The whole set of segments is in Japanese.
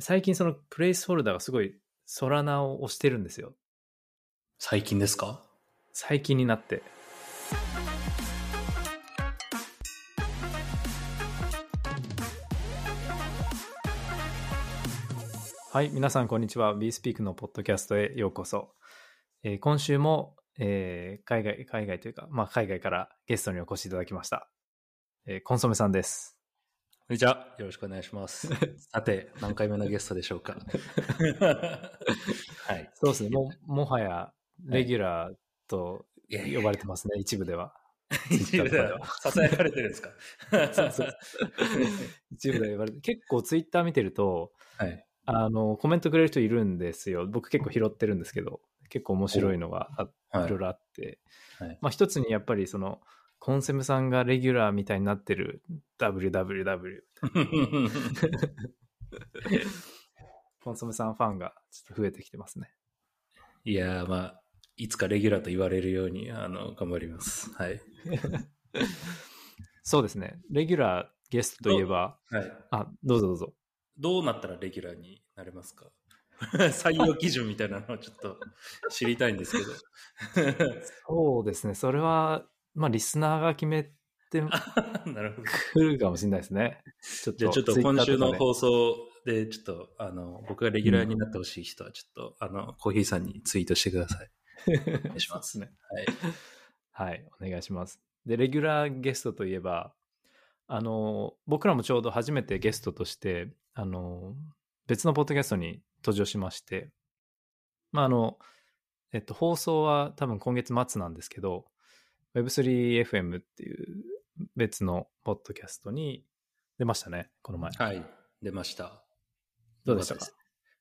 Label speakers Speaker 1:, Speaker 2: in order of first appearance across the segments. Speaker 1: 最近そのプレイスホルダーがすごいソラナを押してるんですよ。
Speaker 2: 最近ですか
Speaker 1: 最近になって。はい、皆さんこんにちは。BeSpeak のポッドキャストへようこそ。えー今週も、えー海外、海外というか、まあ、海外からゲストにお越しいただきました。えーコンソメさんです。
Speaker 2: こんにちは。よろしくお願いします。さて、何回目のゲストでしょうかはい。
Speaker 1: そうですね。ももはや、レギュラーと
Speaker 2: いやいや
Speaker 1: 呼ばれてますね、一部で は。
Speaker 2: 一部では支えられてるんですか
Speaker 1: そうそう一部で言われて、結構ツイッター見てると、
Speaker 2: はい。
Speaker 1: あの、コメントくれる人いるんですよ。僕結構拾ってるんですけど、結構面白いのがあ
Speaker 2: はい
Speaker 1: ろいろあって。
Speaker 2: いはい
Speaker 1: まあ一つにやっぱりその、コンセムさんがレギュラーみたいになってる WWW、
Speaker 2: い。
Speaker 1: コンソメさんファンがちょっと増えてきてますね。
Speaker 2: いやー、まあ、いつかレギュラーと言われるように、あの、頑張ります。はい。
Speaker 1: そうですね。レギュラーゲストといえば、
Speaker 2: はい。
Speaker 1: あ、どうぞどうぞ。
Speaker 2: どうなったらレギュラーになれますか 採用基準みたいなのをちょっと知りたいんですけど。
Speaker 1: そうですね。それは、まあリスナーが決めて
Speaker 2: なるほど。
Speaker 1: くるかもしれないですね。ちょっ
Speaker 2: じゃあちょっと
Speaker 1: Twitter
Speaker 2: 今週
Speaker 1: とか
Speaker 2: の
Speaker 1: で
Speaker 2: 放送で、ちょっと、あの、僕がレギュラーになってほしい人は、ちょっと、あの、コーヒーさんにツイートしてくださ い。お願いします。
Speaker 1: ね。はい。はい、お願いします。で、レギュラーゲストといえば、あの、僕らもちょうど初めてゲストとして、あの、別のポッドキャストに登場しまして、まあ、あの、えっと、放送は多分今月末なんですけど、Web3FM っていう別のポッドキャストに出ましたね、この前。
Speaker 2: はい。出ました。
Speaker 1: どうでしたか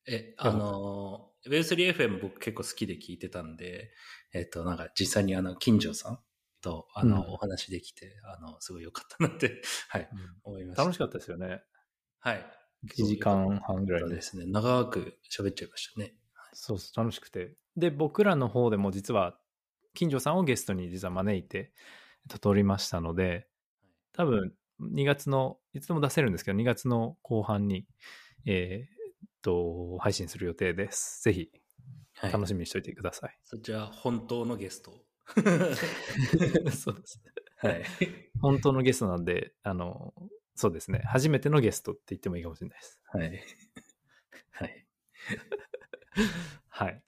Speaker 2: え、あの、Web3FM 僕結構好きで聞いてたんで、えっと、なんか実際にあの、金城さんと、あの、
Speaker 1: うん
Speaker 2: お話できて、あの、すごい良かったなって、 はい、思いました。
Speaker 1: 楽しか
Speaker 2: っ
Speaker 1: ったですよね。
Speaker 2: た。はい。
Speaker 1: 1時間半ぐらい
Speaker 2: そう
Speaker 1: で
Speaker 2: で。すね。長く喋っちゃいましたね。
Speaker 1: そうそう、楽しくて。で、僕らの方でも実は、金城さんをゲストに実は招いて、えっと、撮りましたので、多分、2月の、いつでも出せるんですけど、2月の後半に、えーっと、配信する予定です。ぜひ、
Speaker 2: はい。
Speaker 1: 楽しみにしておいてくださ い。
Speaker 2: そっちは本当のゲスト。
Speaker 1: そうですね。
Speaker 2: はい。
Speaker 1: 本当のゲストなんで、あの、そうですね。初めてのゲストって言ってもいいかもしれないです。
Speaker 2: はい。はい。
Speaker 1: はい。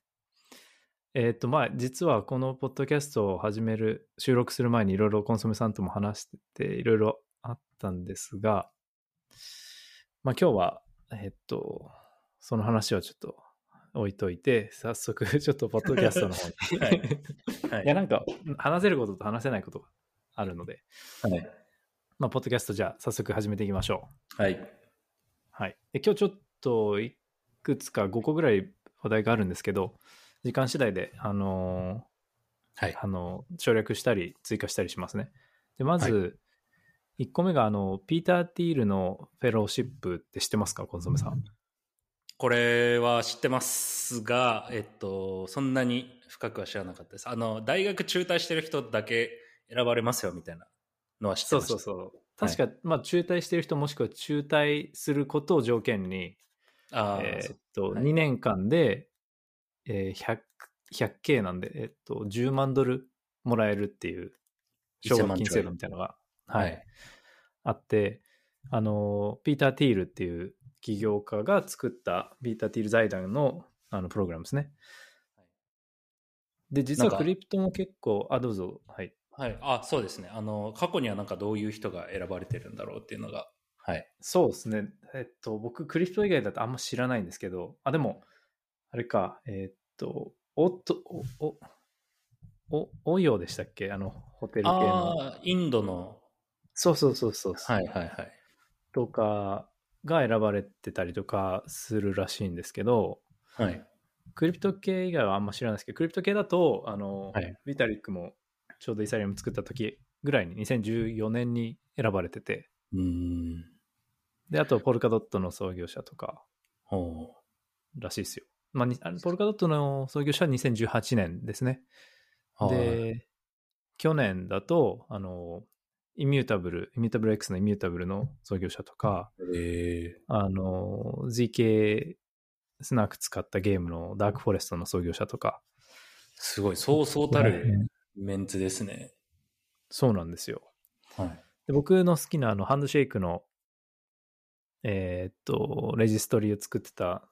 Speaker 1: えっ、と、まあ、実はこのポッドキャストを始める、収録する前にいろいろコンソメさんとも話してて、いろいろあったんですが、まあ、今日は、えっ、と、その話はちょっと置いといて、早速、 ちょっとポッドキャストの方に。
Speaker 2: はい。はい
Speaker 1: や、なんか、話せることと話せないことがあるので、
Speaker 2: はい。
Speaker 1: まあ、ポッドキャストじゃあ、早速始めていきましょう。
Speaker 2: はい。
Speaker 1: はい。で今日ちょっといくつか5個ぐらい話題があるんですけど、時間次第で、あの
Speaker 2: は
Speaker 1: ー
Speaker 2: い。
Speaker 1: あの、省略したり追加したりしますね。で、まず、1個目が、あの、ピーター・ティールのフェローシップって知ってますか、コンソメさん。
Speaker 2: これは知ってますが、えっと、そんなに深くは知らなかったです。あの、大学中退してる人だけ選ばれますよみたいなのは知って
Speaker 1: そ
Speaker 2: ま
Speaker 1: う
Speaker 2: し
Speaker 1: そ
Speaker 2: た。
Speaker 1: うそう。確か、まあ、中退してる人もしくは中退することを条件に、
Speaker 2: ああ、
Speaker 1: えーっと、
Speaker 2: はい
Speaker 1: 2年間で、えー、100、100K なんで、えーっと、10万ドルもらえるっていう、奨
Speaker 2: 1000
Speaker 1: 学
Speaker 2: 万
Speaker 1: 金
Speaker 2: ちょい
Speaker 1: 制度みたいなのが、
Speaker 2: は
Speaker 1: はいい、あって、あの、ピーター・ティールっていう起業家が作った、ピーター・ティール財団のあのプログラムですね
Speaker 2: はい。
Speaker 1: で、実
Speaker 2: なん
Speaker 1: は
Speaker 2: か
Speaker 1: クリプトも結構、あ、どうぞ、はい。
Speaker 2: はい。あ、そうですね。あの、過去にはなんかどういう人が選ばれてるんだろうっていうのが。はい。
Speaker 1: そうですね。えっと、僕、クリプト以外だとあんま知らないんですけど、あ、でも、あれか、えっと、おっと、お、お、お、およでしたっけあの、ホテル系の。
Speaker 2: ああ、インドの。
Speaker 1: そうそうそうそうそう。
Speaker 2: はいはいはい。
Speaker 1: とかが選ばれてたりとかするらしいんですけど、
Speaker 2: はい。
Speaker 1: クリプト系以外はあんま知らないですけど、クリプト系だと、あの、
Speaker 2: はい
Speaker 1: ビタリックもちょうどイサリアム作った時ぐらいに、2014年に選ばれてて、
Speaker 2: うーん。
Speaker 1: で、あと、ポルカドットの創業者とか、
Speaker 2: ほう。
Speaker 1: らしいですよ。まあに、あのポルカドットの創業者は2018年ですね。
Speaker 2: はい
Speaker 1: で、去年だと、あの、イミュータブル、イミュータブル X のイミュータブルの創業者とか、
Speaker 2: え
Speaker 1: あの、ZK スナーク使ったゲームのダークフォレストの創業者とか。
Speaker 2: すごい、そうそうたるメンツですね。
Speaker 1: そうなんですよ。
Speaker 2: はい。
Speaker 1: で僕の好きなあのハンドシェイクの、えーっと、レジストリを作ってた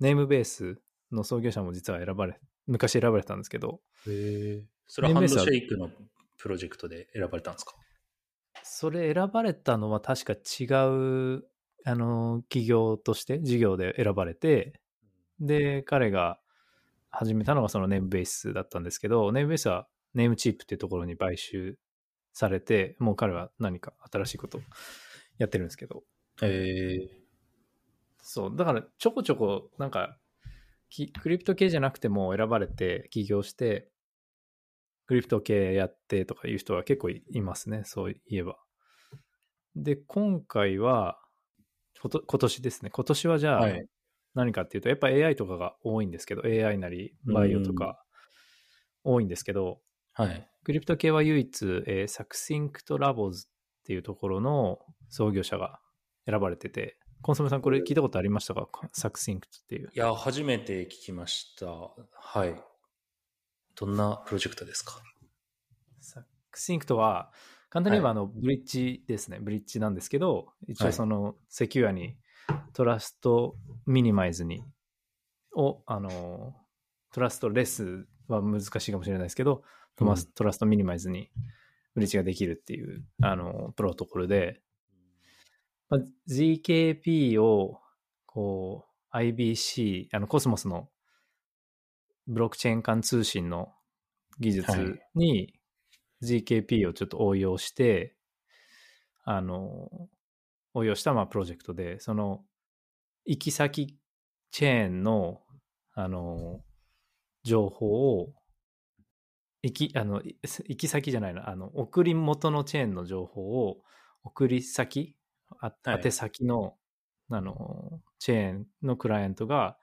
Speaker 1: ネームベースの創業者も実は選ばれ、昔選ばれたんですけど、
Speaker 2: それはハンドシェイクのプロジェクトで選ばれたんですか
Speaker 1: それ選ばれたのは確か違う、あの、企業として、事業で選ばれて、で、彼が始めたのがそのネームベースだったんですけど、ネームベースはネームチープっていうところに買収されて、もう彼は何か新しいことをやってるんですけど、
Speaker 2: え
Speaker 1: そう、だからちょこちょこ、なんか、きクリプト系じゃなくても選ばれて起業して、クリプト系やってとかいう人は結構いいますね、そういえば。で、今回は、こと今年ですね。今年はじゃあ
Speaker 2: はい
Speaker 1: 何かっていうと、やっぱ AI とかが多いんですけど、AI なりバイオとか多いんですけど、
Speaker 2: はい。
Speaker 1: クリプト系は唯一、えーサクシンクトラボズっていうところの創業者が選ばれてて、コンソメさん、これ聞いたことありましたかサクシンクトっていう。
Speaker 2: いや、初めて聞きました。はい。どんなプロジェクトですか
Speaker 1: サクシンクトは、簡単に言えば
Speaker 2: は
Speaker 1: あの、ブリッジですね、ブリッジなんですけど、一応そのセキュアにトラストミニマイズにを、あの、トラストレスは難しいかもしれないですけど、トマストラストミニマイズにブリッジができるっていう、あの、プロトコルで、まあ、GKP を、こう、IBC、あの、コスモスのブロックチェーン間通信の技術に GKP をちょっと応用して、あの、応用したまあプロジェクトで、その、行き先チェーンの、あの、情報を、行き、あの、い行き先じゃないな、あの、送り元のチェーンの情報を、送り先、あ
Speaker 2: はい
Speaker 1: 宛先の、あの、チェーンのクライアントが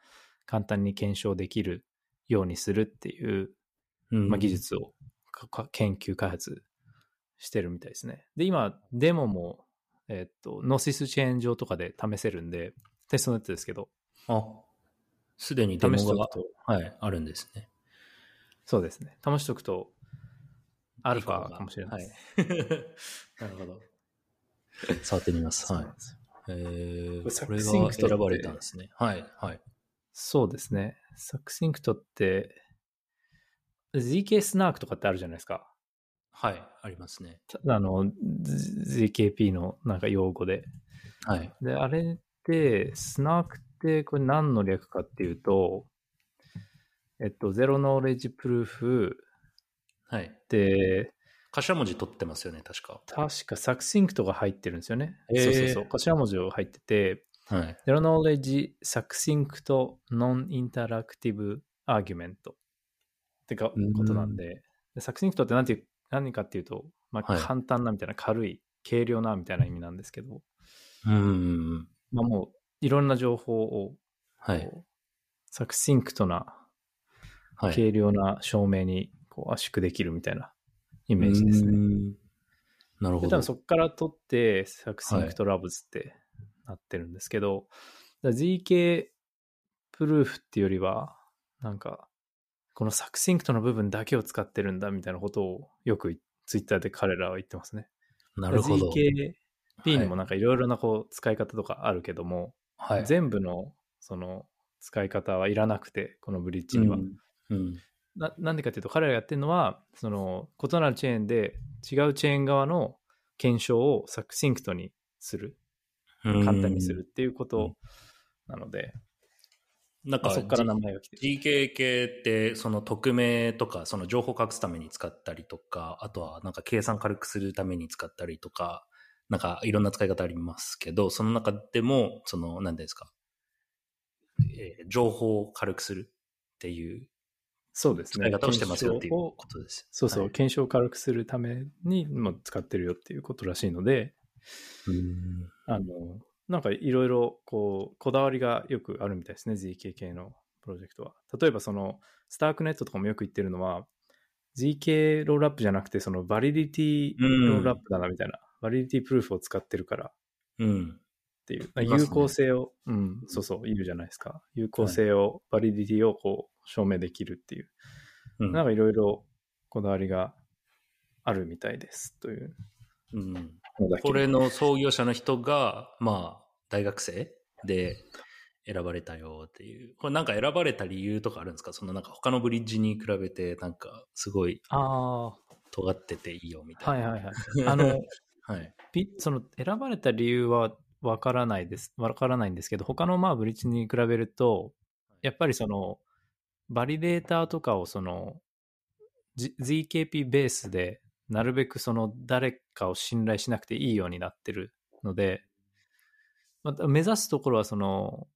Speaker 1: 簡単に検証できるようにするっていう
Speaker 2: うん
Speaker 1: まあ、技。術をかか研究開発してるみたいですね。で、今、デモも、えっと、ノーシスチェーン上とかで試せるんで、テストのやつですけど、
Speaker 2: あ、すでにデモ
Speaker 1: 試してお
Speaker 2: が
Speaker 1: く、と、
Speaker 2: はい、あるんですね。
Speaker 1: そうですね。試しておくと、アルフ
Speaker 2: いいこ
Speaker 1: ァ
Speaker 2: とが
Speaker 1: かもしれないです。
Speaker 2: はい、 なるほど。触ってみます。
Speaker 1: そう
Speaker 2: は
Speaker 1: ないん。ですよ
Speaker 2: えー、
Speaker 1: これサッ
Speaker 2: こ
Speaker 1: ク
Speaker 2: れ
Speaker 1: スイン
Speaker 2: が
Speaker 1: クトって
Speaker 2: 選ばれたんですね。はい、はい。
Speaker 1: そうですね。サクシンクトって、ZK スナークとかってあるじゃないですか。
Speaker 2: はい、ありますね。
Speaker 1: たあの、Z- ZKP のなんか用語で。
Speaker 2: はい。
Speaker 1: で、あれって、スナークってこれ何の略かっていうと、えっと、ゼロノーレッジプルーフ
Speaker 2: はい。
Speaker 1: で、
Speaker 2: 頭文字取ってますよね、確か。
Speaker 1: 確かサクシンクトが入ってるんですよね。
Speaker 2: へー
Speaker 1: そうそうそう。頭文字が入ってて、
Speaker 2: はい。
Speaker 1: ゼロノーレッジサクシンクトノンインタラクティブアーギュメントってか
Speaker 2: うん
Speaker 1: ことなんで、でサクシンクトって何ていう何かっていうと、まあ、
Speaker 2: はい
Speaker 1: 簡単なみたいな、軽い、軽量なみたいな意味なんですけど、
Speaker 2: うん。
Speaker 1: まあ、もういろんな情報を
Speaker 2: はい。
Speaker 1: こうサクシンクトな
Speaker 2: はい。
Speaker 1: 軽量な照明にこう圧縮できるみたいなイメージですね。
Speaker 2: ね。なる
Speaker 1: で
Speaker 2: ほ
Speaker 1: 多
Speaker 2: ど
Speaker 1: 分。そこから取ってサクシンクトラブズってなってるんですけど、だから ZK プルーフっていうよりはなんかこのサクシンクトの部分だけを使ってるんだみたいなことをよくツイッターで彼らは言ってますね。
Speaker 2: なるほど。
Speaker 1: ZKP にもなんかいろいろなこう使い方とかあるけども、
Speaker 2: はい。
Speaker 1: 全部のその使い方はいらなくてこのブリッジには、
Speaker 2: うんうん。
Speaker 1: ななんでかっていうと彼らがやってるのはその異なるチェーンで違うチェーン側の検証をサクシンクトにする
Speaker 2: うん
Speaker 1: 簡単にする。っていうことなので、
Speaker 2: なん
Speaker 1: ま
Speaker 2: か、
Speaker 1: あそこから名前が来てる
Speaker 2: GK 系って、その匿名とか、その情報隠すために使ったりとか、あとはなんか計算軽くするために使ったりとか、なんかいろんな使い方ありますけど、その中でも、その、何ですか、えー情報を軽くするっていう
Speaker 1: そうです
Speaker 2: 使
Speaker 1: ね
Speaker 2: い方をしてますよって
Speaker 1: 検
Speaker 2: いう
Speaker 1: 証を
Speaker 2: ことです。
Speaker 1: そうそう、
Speaker 2: はい
Speaker 1: 検証を軽くするためにも使ってるよっていうことらしいので
Speaker 2: うん
Speaker 1: あのなんかいろいろこうこだわりがよくあるみたいですね ZK 系のプロジェクトは例えばそのスタークネットとかもよく言ってるのは GK ロールアップじゃなくて、そのバリディティロールアップだなみたいな、バリディティプルーフを使ってるからっ
Speaker 2: うん。
Speaker 1: ていう、
Speaker 2: ますね
Speaker 1: 有効性を、うん、そうそう、言うじゃないですか。有効性を、バリディティをこう証明できるっていう、
Speaker 2: うん
Speaker 1: なんかいろいろこだわりがあるみたいですという
Speaker 2: うん、
Speaker 1: のだけ。
Speaker 2: これの創業者の人が、まあ、大学生で選ばれたよっていう。これなんか選ばれた理由とかあるんですかそのなんか他のブリッジに比べて、なんかすごい
Speaker 1: あ
Speaker 2: 尖ってていいよみ
Speaker 1: あ、
Speaker 2: た
Speaker 1: はいい
Speaker 2: な。
Speaker 1: はい はい。あの、
Speaker 2: はい。
Speaker 1: ピその選ばれた理由はわからないです。わからないんですけど、他のまあブリッジに比べると、やっぱりその、バリデーターとかをその、Z、ZKP ベースで、なるべくその誰かを信頼しなくていいようになってるので、また目指すところはその、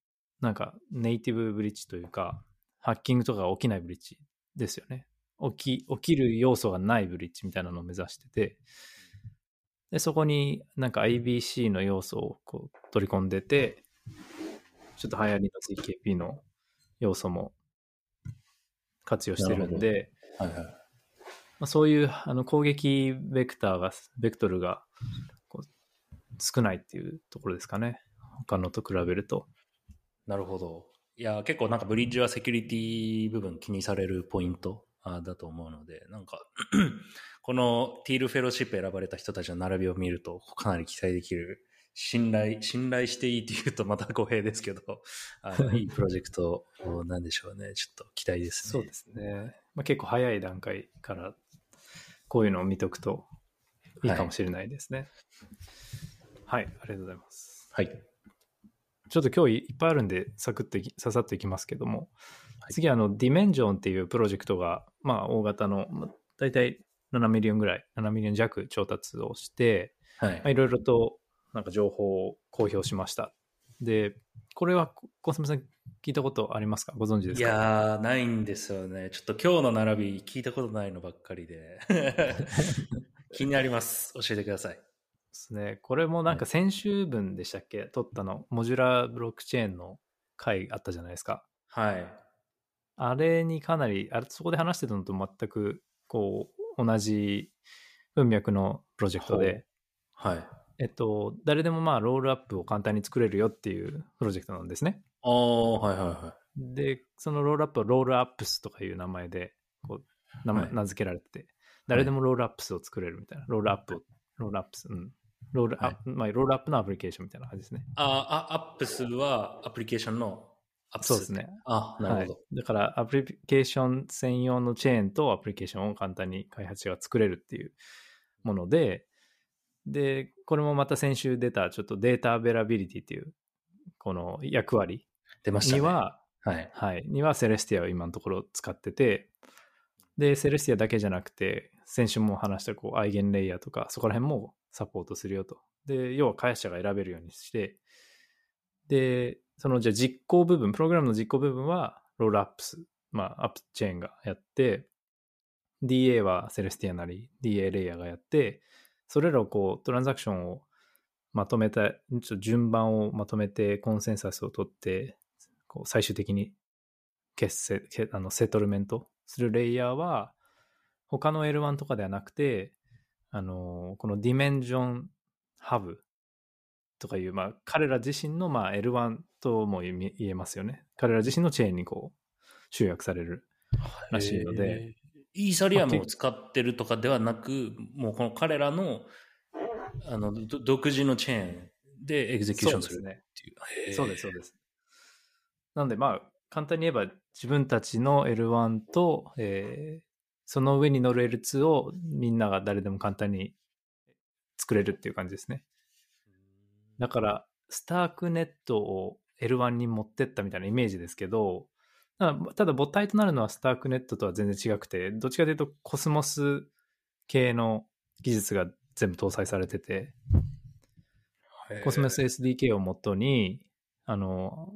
Speaker 1: なんかネイティブブリッジというか、ハッキングとかが起きないブリッジですよね。起き、起きる要素がないブリッジみたいなのを目指してて、で、そこになんか IBC の要素をこう取り込んでて、ちょっと流行りの ZKP の要素も活用してるん
Speaker 2: な
Speaker 1: で、
Speaker 2: はいはい。
Speaker 1: まあ、そういうあの攻撃ベクターが、ベクトルがこう少ないっていうところですかね。他のと比べると。
Speaker 2: なるほど。いや、結構なんかブリッジはセキュリティ部分気にされるポイントあだと思うので、なんか、 このティールフェローシップ選ばれた人たちの並びを見ると、かなり期待できる、信頼、信頼していいって言うとまた語弊ですけど、 あのいいプロジェクトなんでしょうね。ちょっと期待ですね。
Speaker 1: そうですね。まあ、結構早い段階からこういうのを見とくといいかもしれないですね。はい、ありがとうございます。
Speaker 2: はい。
Speaker 1: ちょっと今日いっぱいあるんで、サクッといきささっといきますけども、
Speaker 2: はい
Speaker 1: 次、あの、ディメンジョンっていうプロジェクトが、まあ、大型の、まあ、大体7ミリオンぐらい、7ミリオン弱調達をして、
Speaker 2: は
Speaker 1: まあ、
Speaker 2: い。
Speaker 1: いろいろとなんか情報を公表しました。で、これは、こコスメさん聞いたことありますかご存知で
Speaker 2: い
Speaker 1: すか
Speaker 2: やー、ないんですよね。ちょっと今日の並び聞いたことないのばっかり で。気になります。教えてください。
Speaker 1: ですね。これもなんか先週分でしたっけ、撮ったの、モジュラーブロックチェーンの回あったじゃないですか。
Speaker 2: はい。
Speaker 1: あれにかなり、あれそこで話してたのと全くこう同じ文脈のプロジェクトで、
Speaker 2: はい。
Speaker 1: えっと、誰でもまあロールアップを簡単に作れるよっていうプロジェクトなんですね。
Speaker 2: ああ、はいはいは
Speaker 1: で、そのロールアップをロールアップスとかいう名前でこう名前
Speaker 2: はい
Speaker 1: 名付けられてて、誰でもロールアップスを作れるみたいな、ロールアップを、ロールアップス、うん。ロールアップ、まあ、ロールアップのアプリケーションみたいな感じですね。
Speaker 2: い。ああ、アップスはアプリケーションのアップス。
Speaker 1: そうです。ね。
Speaker 2: あなるほど。
Speaker 1: はい、だからアプリケーション専用のチェーンとアプリケーションを簡単に開発者が作れるっていうもので、で、これもまた先週出たちょっとデータアベラビリティっていうこの役割
Speaker 2: 出ました、ね。
Speaker 1: には、
Speaker 2: はい。
Speaker 1: はい、にはセレスティアを今のところ使ってて、で、セレスティアだけじゃなくて、先週も話したこうアイゲンレイヤーとか、そこら辺もサポートするよと。で、要は開発者が選べるようにして、で、そのじゃあ実行部分、プログラムの実行部分はロールアップス、まあ、アップチェーンがやって、DA はセレスティアなり、DA レイヤーがやって、それらをこう、トランザクションをまとめた、ちょっと順番をまとめて、コンセンサスを取って、こう最終的に決せけあのセトルメントするレイヤーは他の L1 とかではなくてあのこのディメンジョンハブとかいう、まあ、彼ら自身の、まあ、L1 とも言え言えますよね彼ら自身のチェーンにこう集約されるらしいので、
Speaker 2: えー。イーサリアムを使ってるとかではなく、もうこの彼らのあのど独自のチェーンでエグゼキュー
Speaker 1: そ
Speaker 2: ショ
Speaker 1: う
Speaker 2: ン
Speaker 1: ですす
Speaker 2: るっ
Speaker 1: ね
Speaker 2: ていう。
Speaker 1: そうですそ
Speaker 2: へー
Speaker 1: うですなのでまあ簡単に言えば自分たちの L1 と、えーその上に乗る L2 をみんなが誰でも簡単に作れるっていう感じですねだから、スタークネットを L1 に持ってったみたいなイメージですけど、ただただ母体となるのはスタークネットとは全然違くて、どっちかというとコスモス系の技術が全部搭載されてて、
Speaker 2: へー
Speaker 1: コスモス SDK をもとに、あの、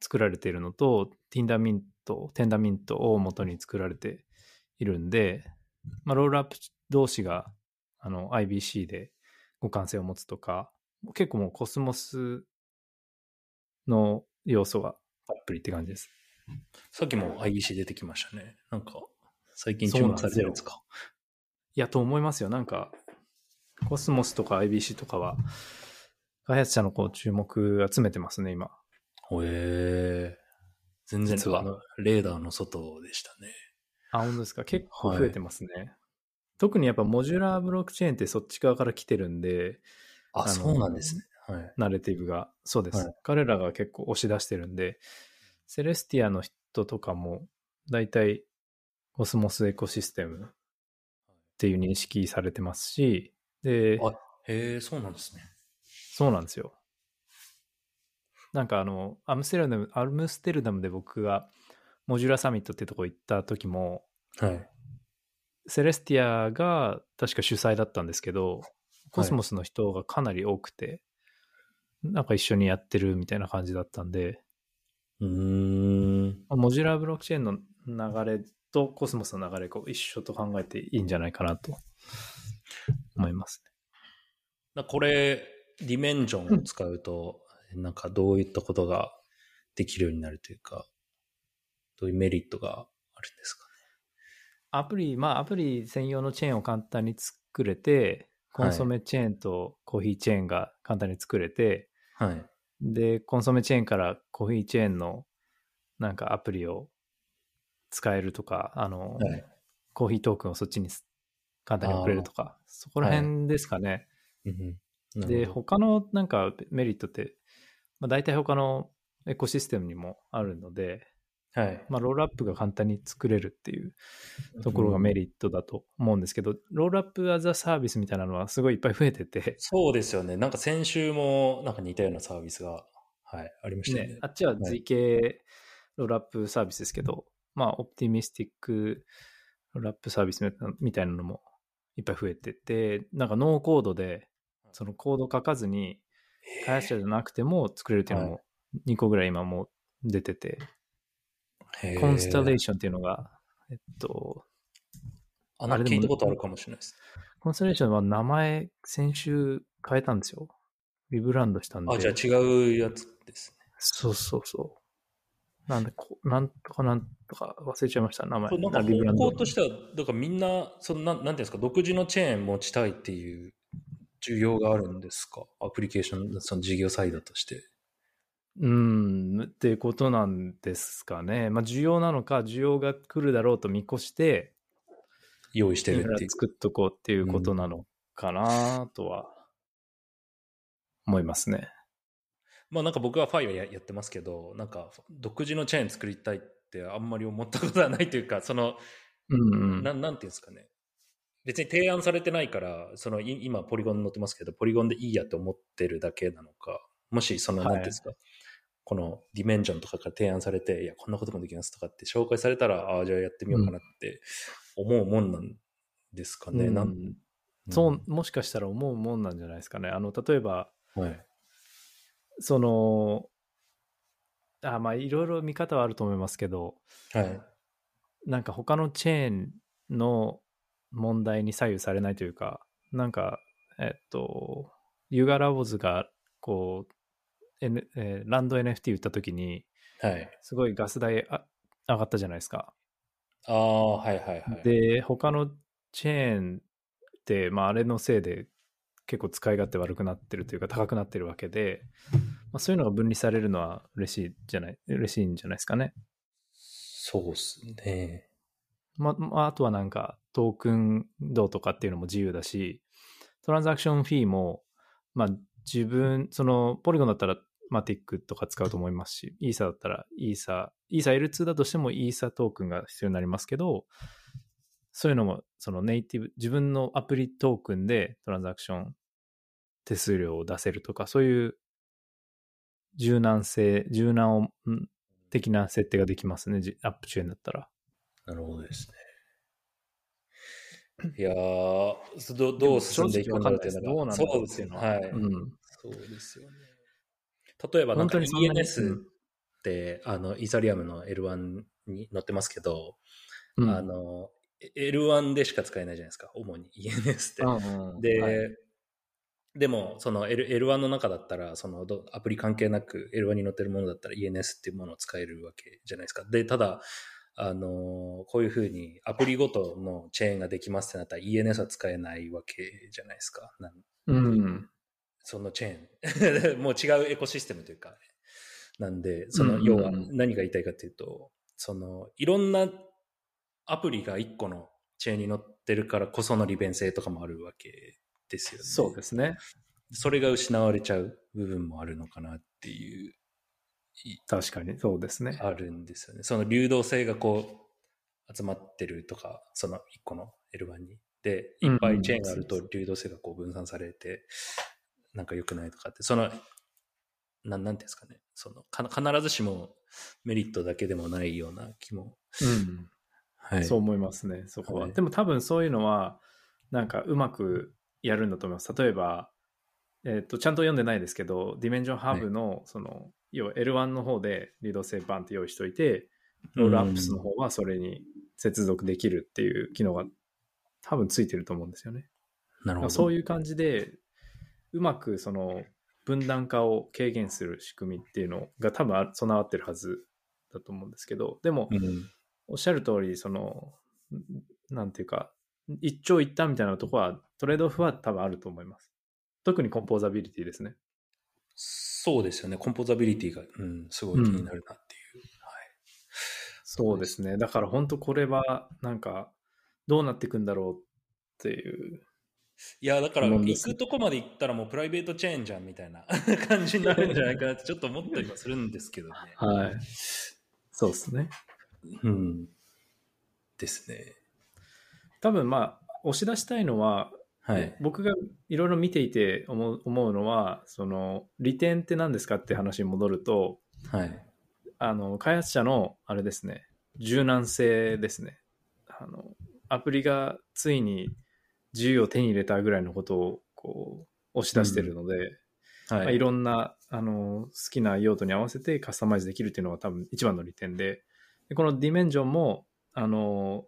Speaker 1: 作られているのと、ティンダーミント、テンダーミントをもとに作られているんで、まあ、ロールアップ同士が、あの、IBC で互換性を持つとか、結構もうコスモスの要素がたっぷりって感じです。
Speaker 2: さっきも IBC 出てきましたね。なんか、最近注目されてるんですか。
Speaker 1: いや、と思いますよ。なんか、コスモスとか IBC とかは、開発者のこう注目集めてますね、今。
Speaker 2: へえ。全然
Speaker 1: 実は
Speaker 2: あのレーダーの外でしたね。
Speaker 1: あ、本当ですか。結構増えてますね。特にやっぱモジュラーブロックチェーンってそっち側から来てるんで、
Speaker 2: あ、
Speaker 1: あの
Speaker 2: そうなんですね。はい。
Speaker 1: ナレティブが。そうです。
Speaker 2: はい
Speaker 1: 彼らが結構押し出してるんで、セレスティアの人とかも、だいたいコスモスエコシステムっていう認識されてますし、で、
Speaker 2: あへえ、そうなんですね。
Speaker 1: そうなんですよ。なんかあの、アムステルダム、アムステルダムで僕がモジュラサミットってとこ行った時も、
Speaker 2: はい。
Speaker 1: セレスティアが確か主催だったんですけど、コスモスの人がかなり多くて、なんか一緒にやってるみたいな感じだったんで、
Speaker 2: うーん。
Speaker 1: モジュラーブロックチェーンの流れとコスモスの流れこう一緒と考えていいんじゃないかなと思いますね。
Speaker 2: だこれ、ディメンジョンを使うと、なんかどういったことができるようになるというか、どういうメリットがあるんですか
Speaker 1: アプリ、まあアプリ専用のチェーンを簡単に作れて、コンソメチェーンとコーヒーチェーンが簡単に作れて、
Speaker 2: ね。はい。
Speaker 1: で、コンソメチェーンからコーヒーチェーンのなんかアプリを使えるとか、あの、
Speaker 2: はい
Speaker 1: コーヒートークンをそっちに簡単に送れるとか、そこら辺ですかね。
Speaker 2: うんうん、なる
Speaker 1: で、
Speaker 2: ほ
Speaker 1: 他のなんかメリットって、まあ、大体他のエコシステムにもあるので、
Speaker 2: どはい。
Speaker 1: まあ、ロールアップが簡単に作れるっていうところがメリットだと思うんですけど、ロールアップアザサービスみたいなのはすごいいっぱい増えてて、
Speaker 2: そうですよね。なんか先週も、なんか似たようなサービスが、はい、ありましたよね。
Speaker 1: ね、あっちは ZK ロールアップサービスですけど、まあ、オプティミスティックロールアップサービスみたいなみたいなのもいっぱい増えてて、なんかノーコードで、そのコード書かずに、開発者じゃなくても作れるっていうのも2個ぐらい今もう出てて、
Speaker 2: へー
Speaker 1: コンスタレーションっていうのが、えっと、
Speaker 2: あ、なんか聞いたことあるかもしれないです。
Speaker 1: コンスタレーションは名前、先週変えたんですよ。リブランドしたんで。
Speaker 2: あ、じゃあ違うやつですね。
Speaker 1: そうそうそう。なんでこ、なんとかなんとか忘れちゃいました、名前。
Speaker 2: これなんか
Speaker 1: リブラン
Speaker 2: 方
Speaker 1: ド
Speaker 2: 向としては、だからみんな、そのなんなんていうんですか、独自のチェーン持ちたいっていう需要があるんですかアプリケーション、その事業サイドとして。
Speaker 1: うん、っていうことなんですかね。まあ、需要なのか、需要が来るだろうと見越して、
Speaker 2: 用意して
Speaker 1: イン
Speaker 2: る
Speaker 1: フ
Speaker 2: っ
Speaker 1: ラ
Speaker 2: ていう。
Speaker 1: 作っとこうっていうことなのかなとは、思いますね。
Speaker 2: まあなんか僕は FI はややってますけど、なんか独自のチェーン作りたいってあんまり思ったことはないというか、その、
Speaker 1: うんうん。
Speaker 2: なん、なんていうんですかね。別に提案されてないから、そのい今ポリゴンに載ってますけど、ポリゴンでいいやと思ってるだけなのか、もしその、
Speaker 1: はい
Speaker 2: なんていうんですか、このディメンジョンとかから提案されて、いや、こんなこともできますとかって紹介されたら、ああ、じゃあやってみようかなって思うもんなんですかね。
Speaker 1: うん
Speaker 2: なん
Speaker 1: そう、もしかしたら思うもんなんじゃないですかね。あの、例えば、
Speaker 2: うん。はい。
Speaker 1: その、あまあ、いろいろ見方はあると思いますけど、
Speaker 2: はい。
Speaker 1: なんか他のチェーンの問題に左右されないというか、なんか、えっと、ユーガラボズが、こう、N えーランド NFT 売った時に、
Speaker 2: はい。
Speaker 1: すごいガス代あ上がったじゃないですか。
Speaker 2: ああ、はいはいはい。
Speaker 1: で、他のチェーンって、まあ、あれのせいで結構使い勝手悪くなってるというか高くなってるわけで、まあ、そういうのが分離されるのは嬉しいじゃない、嬉しいんじゃないですかね。
Speaker 2: そうっすね。
Speaker 1: ままあ、あとはなんかトークンどうとかっていうのも自由だし、トランザクションフィーも、まあ、自分、そのポリゴンだったらマティックとか使うと思いますし、イーサだったらイーサ、イーサ L2 だとしてもイーサトークンが必要になりますけど、そういうのもそのネイティブ、自分のアプリトークンでトランザクション手数料を出せるとか、そういう柔軟性、柔軟をん的な設定ができますね、じアップチェーンだったら。
Speaker 2: なるほどです ね。いやー、そどどう進んでいくんだろうっていうの
Speaker 1: でも正直わか
Speaker 2: が、そ
Speaker 1: ん
Speaker 2: う
Speaker 1: ない
Speaker 2: で
Speaker 1: です
Speaker 2: す
Speaker 1: どうな
Speaker 2: よね。
Speaker 1: んだろ
Speaker 2: はい。
Speaker 1: うん。
Speaker 2: そうですよね。例えば、なんか
Speaker 1: 本当にそんなに
Speaker 2: ENS って、あの、イーサリアムの L1 に載ってますけど、
Speaker 1: うん
Speaker 2: あの、L1 でしか使えないじゃないですか、主に ENS って。
Speaker 1: うん
Speaker 2: で、
Speaker 1: はい
Speaker 2: でも、その L L1 の中だったら、そのどアプリ関係なく L1 に載ってるものだったら ENS っていうものを使えるわけじゃないですか。で、ただ、あの、こういうふうにアプリごとのチェーンができますってなったら ENS は使えないわけじゃないですか。なん
Speaker 1: うん。
Speaker 2: そのチェーン。もう 違うエコシステムというか。なんで、そ
Speaker 1: うん
Speaker 2: の、
Speaker 1: うんう
Speaker 2: 要
Speaker 1: ん
Speaker 2: は何が言いたいかというと、その、いろんなアプリが一個のチェーンに乗ってるからこその利便性とかもあるわけですよね。
Speaker 1: そうですね。
Speaker 2: それが失われちゃう部分もあるのかなっていう、
Speaker 1: 確かに。そうですね。
Speaker 2: あるんですよね。その流動性がこう、集まってるとか、その一個の L1 に。で、いっぱいチェーンがある
Speaker 1: うん
Speaker 2: と
Speaker 1: うん
Speaker 2: 流動性がこう分散されて、なんか良くないとかって、その、なん、なんていうんですかね。その、か必ずしもメリットだけでもないような気も。
Speaker 1: うん。
Speaker 2: はい。
Speaker 1: そう思いますね、そこは。
Speaker 2: はい
Speaker 1: でも多分そういうのは、なんかうまくやるんだと思います。例えば、えっとちゃんと読んでないですけど、ディメンジョンハーブの、その、要は L1 の方で流動性バンって用意しておいて、ロールアップスの方はそれに接続できるっていう機能が多分ついてると思うんですよね。
Speaker 2: なるほど。
Speaker 1: そう
Speaker 2: う。
Speaker 1: いう感じで、うまくその分断化を軽減する仕組みっていうのが多分あ備わってるはずだと思うんですけど、でも、
Speaker 2: うん。
Speaker 1: おっしゃる通り、その、んなんていうか、一長一短みたいなとこは、トレードオフは多分あると思います。特にコンポーザビリティですね。
Speaker 2: そうですよね。コンポーザビリティが、うん、すごい気になるなっていう。
Speaker 1: そうですね。だから本当これは、なんか、どうなっていくんだろうっていう。
Speaker 2: いや、だから、
Speaker 1: 思うんで
Speaker 2: 行
Speaker 1: す
Speaker 2: くとこまで行ったらもうプライベートチェーンじゃんみたいな 感じになるんじゃないかなってちょっと思ったりはするんですけどね。
Speaker 1: はい。そうですね。
Speaker 2: うん。ですね。
Speaker 1: 多分まあ、押し出したいのは、
Speaker 2: はい。
Speaker 1: 僕がいろいろ見ていて思う思うのは、その、利点って何ですかって話に戻ると、
Speaker 2: はい。
Speaker 1: あの開発者のあれですね柔軟性ですねあのアプリがついに自由を手に入れたぐらいのことをこう押し出してるので、
Speaker 2: はい。
Speaker 1: まあ、いろんなあの好きな用途に合わせてカスタマイズできるっていうのが多分一番の利点ででこのディメンジョンもあの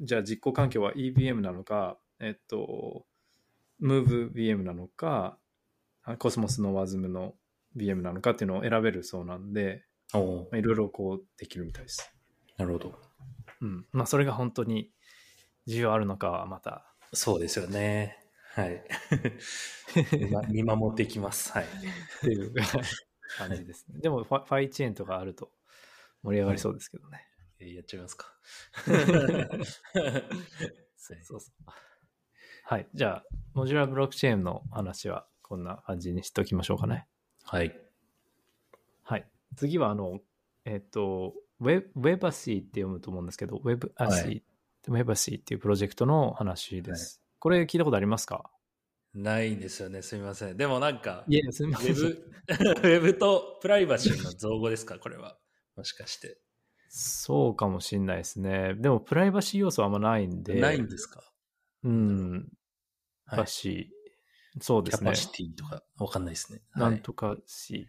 Speaker 1: じゃあ実行環境は EVM なのかえっと MoveVM なのかあコスモスの WASM の VM なのかっていうのを選べるそうなんで、
Speaker 2: おー
Speaker 1: まあいろいろこうできるみたいです。
Speaker 2: なるほど。
Speaker 1: うん。まあそれが本当に需要あるのかはまた。
Speaker 2: そうですよね。はい。見ま 見守っていきます。は
Speaker 1: っ
Speaker 2: い。
Speaker 1: ていう 感じですね。でもファファイチェーンとかあると盛り上がりそうですけどね。
Speaker 2: えーやっちゃいますか。 はい
Speaker 1: そうそう。はい。じゃあ、モジュラーブロックチェーンの話はこんな感じにしておきましょうかね。
Speaker 2: はい。
Speaker 1: はい。次はあの、えっ、と、ウェウェバシーって読むと思うんですけど、ウェブアシー、
Speaker 2: は
Speaker 1: ウェバシーっていうプロジェクトの話です。これ聞いたことありますか
Speaker 2: ないんですよね。すみません。でもなんか、
Speaker 1: いや、すみ
Speaker 2: ウ
Speaker 1: ません
Speaker 2: ェ。 ブ、ウェブとプライバシーの造語ですか、これは。もしかして。
Speaker 1: そうかもしんないですね。でも、プライバシー要素はあんまないんで。
Speaker 2: ないんですか
Speaker 1: うん。
Speaker 2: はい
Speaker 1: だし、そうで
Speaker 2: キャ
Speaker 1: すね
Speaker 2: パ。シティとか、わかんないですね。
Speaker 1: な
Speaker 2: は
Speaker 1: ん
Speaker 2: い
Speaker 1: とかし。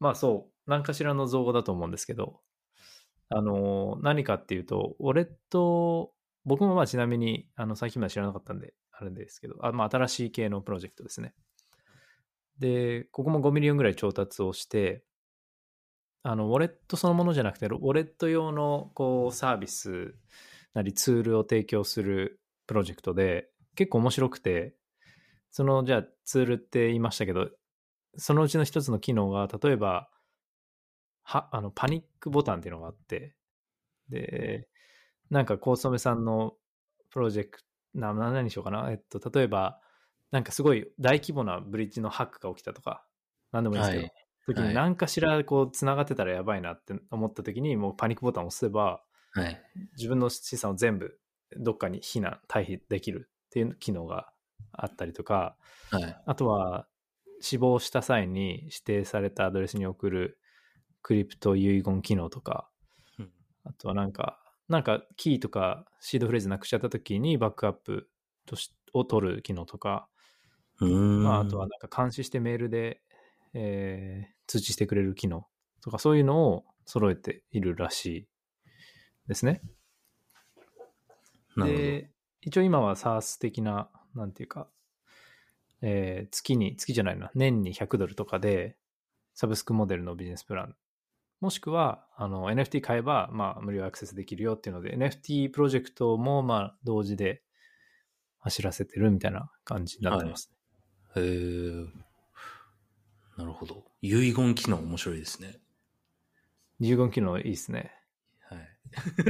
Speaker 1: まあそう、何かしらの造語だと思うんですけど、あの、何かっていうと、俺と、僕もまあちなみに、あの、最近まで知らなかったんで、あるんですけど、あまあ新しい系のプロジェクトですね。で、ここも5ミリオンぐらい調達をして、あの、ウォレットそのものじゃなくて、ウォレット用の、こう、サービスなりツールを提供するプロジェクトで、結構面白くて、その、じゃあツールって言いましたけど、そのうちの一つの機能が、例えば、は、あの、パニックボタンっていうのがあって、で、なんか、コウソメさんのプロジェクト、な、な何にしようかな。えっと、例えば、なんかすごい大規模なブリッジのハックが起きたとか、なんでもいいんですけど、
Speaker 2: はい
Speaker 1: 時
Speaker 2: は
Speaker 1: に
Speaker 2: い
Speaker 1: 何かしらこう繋がってたらやばいなって思った時にもうパニックボタンを押せば
Speaker 2: はい。
Speaker 1: 自分の資産を全部どっかに避難退避できるっていう機能があったりとか
Speaker 2: はい。
Speaker 1: あとは死亡した際に指定されたアドレスに送るクリプト遺言機能とか
Speaker 2: うん
Speaker 1: あとはなんかなんかキーとかシードフレーズなくしちゃった時にバックアップとしを取る機能とか
Speaker 2: うーん
Speaker 1: まあ、あとはなんか監視してメールで、えー通知してくれる機能とかそういうのを揃えているらしいですね。
Speaker 2: なるほど
Speaker 1: で、一応今は SARS 的な、なんていうか、えー月に、月じゃないな、年に100ドルとかでサブスクモデルのビジネスプランもしくは、あの、NFT 買えば、まあ、無料アクセスできるよっていうので、NFT プロジェクトも、まあ、同時で走らせてるみたいな感じになってますね。
Speaker 2: へーなるほど。遺言機能面白いですね。
Speaker 1: 十分機能いいですね。
Speaker 2: はい。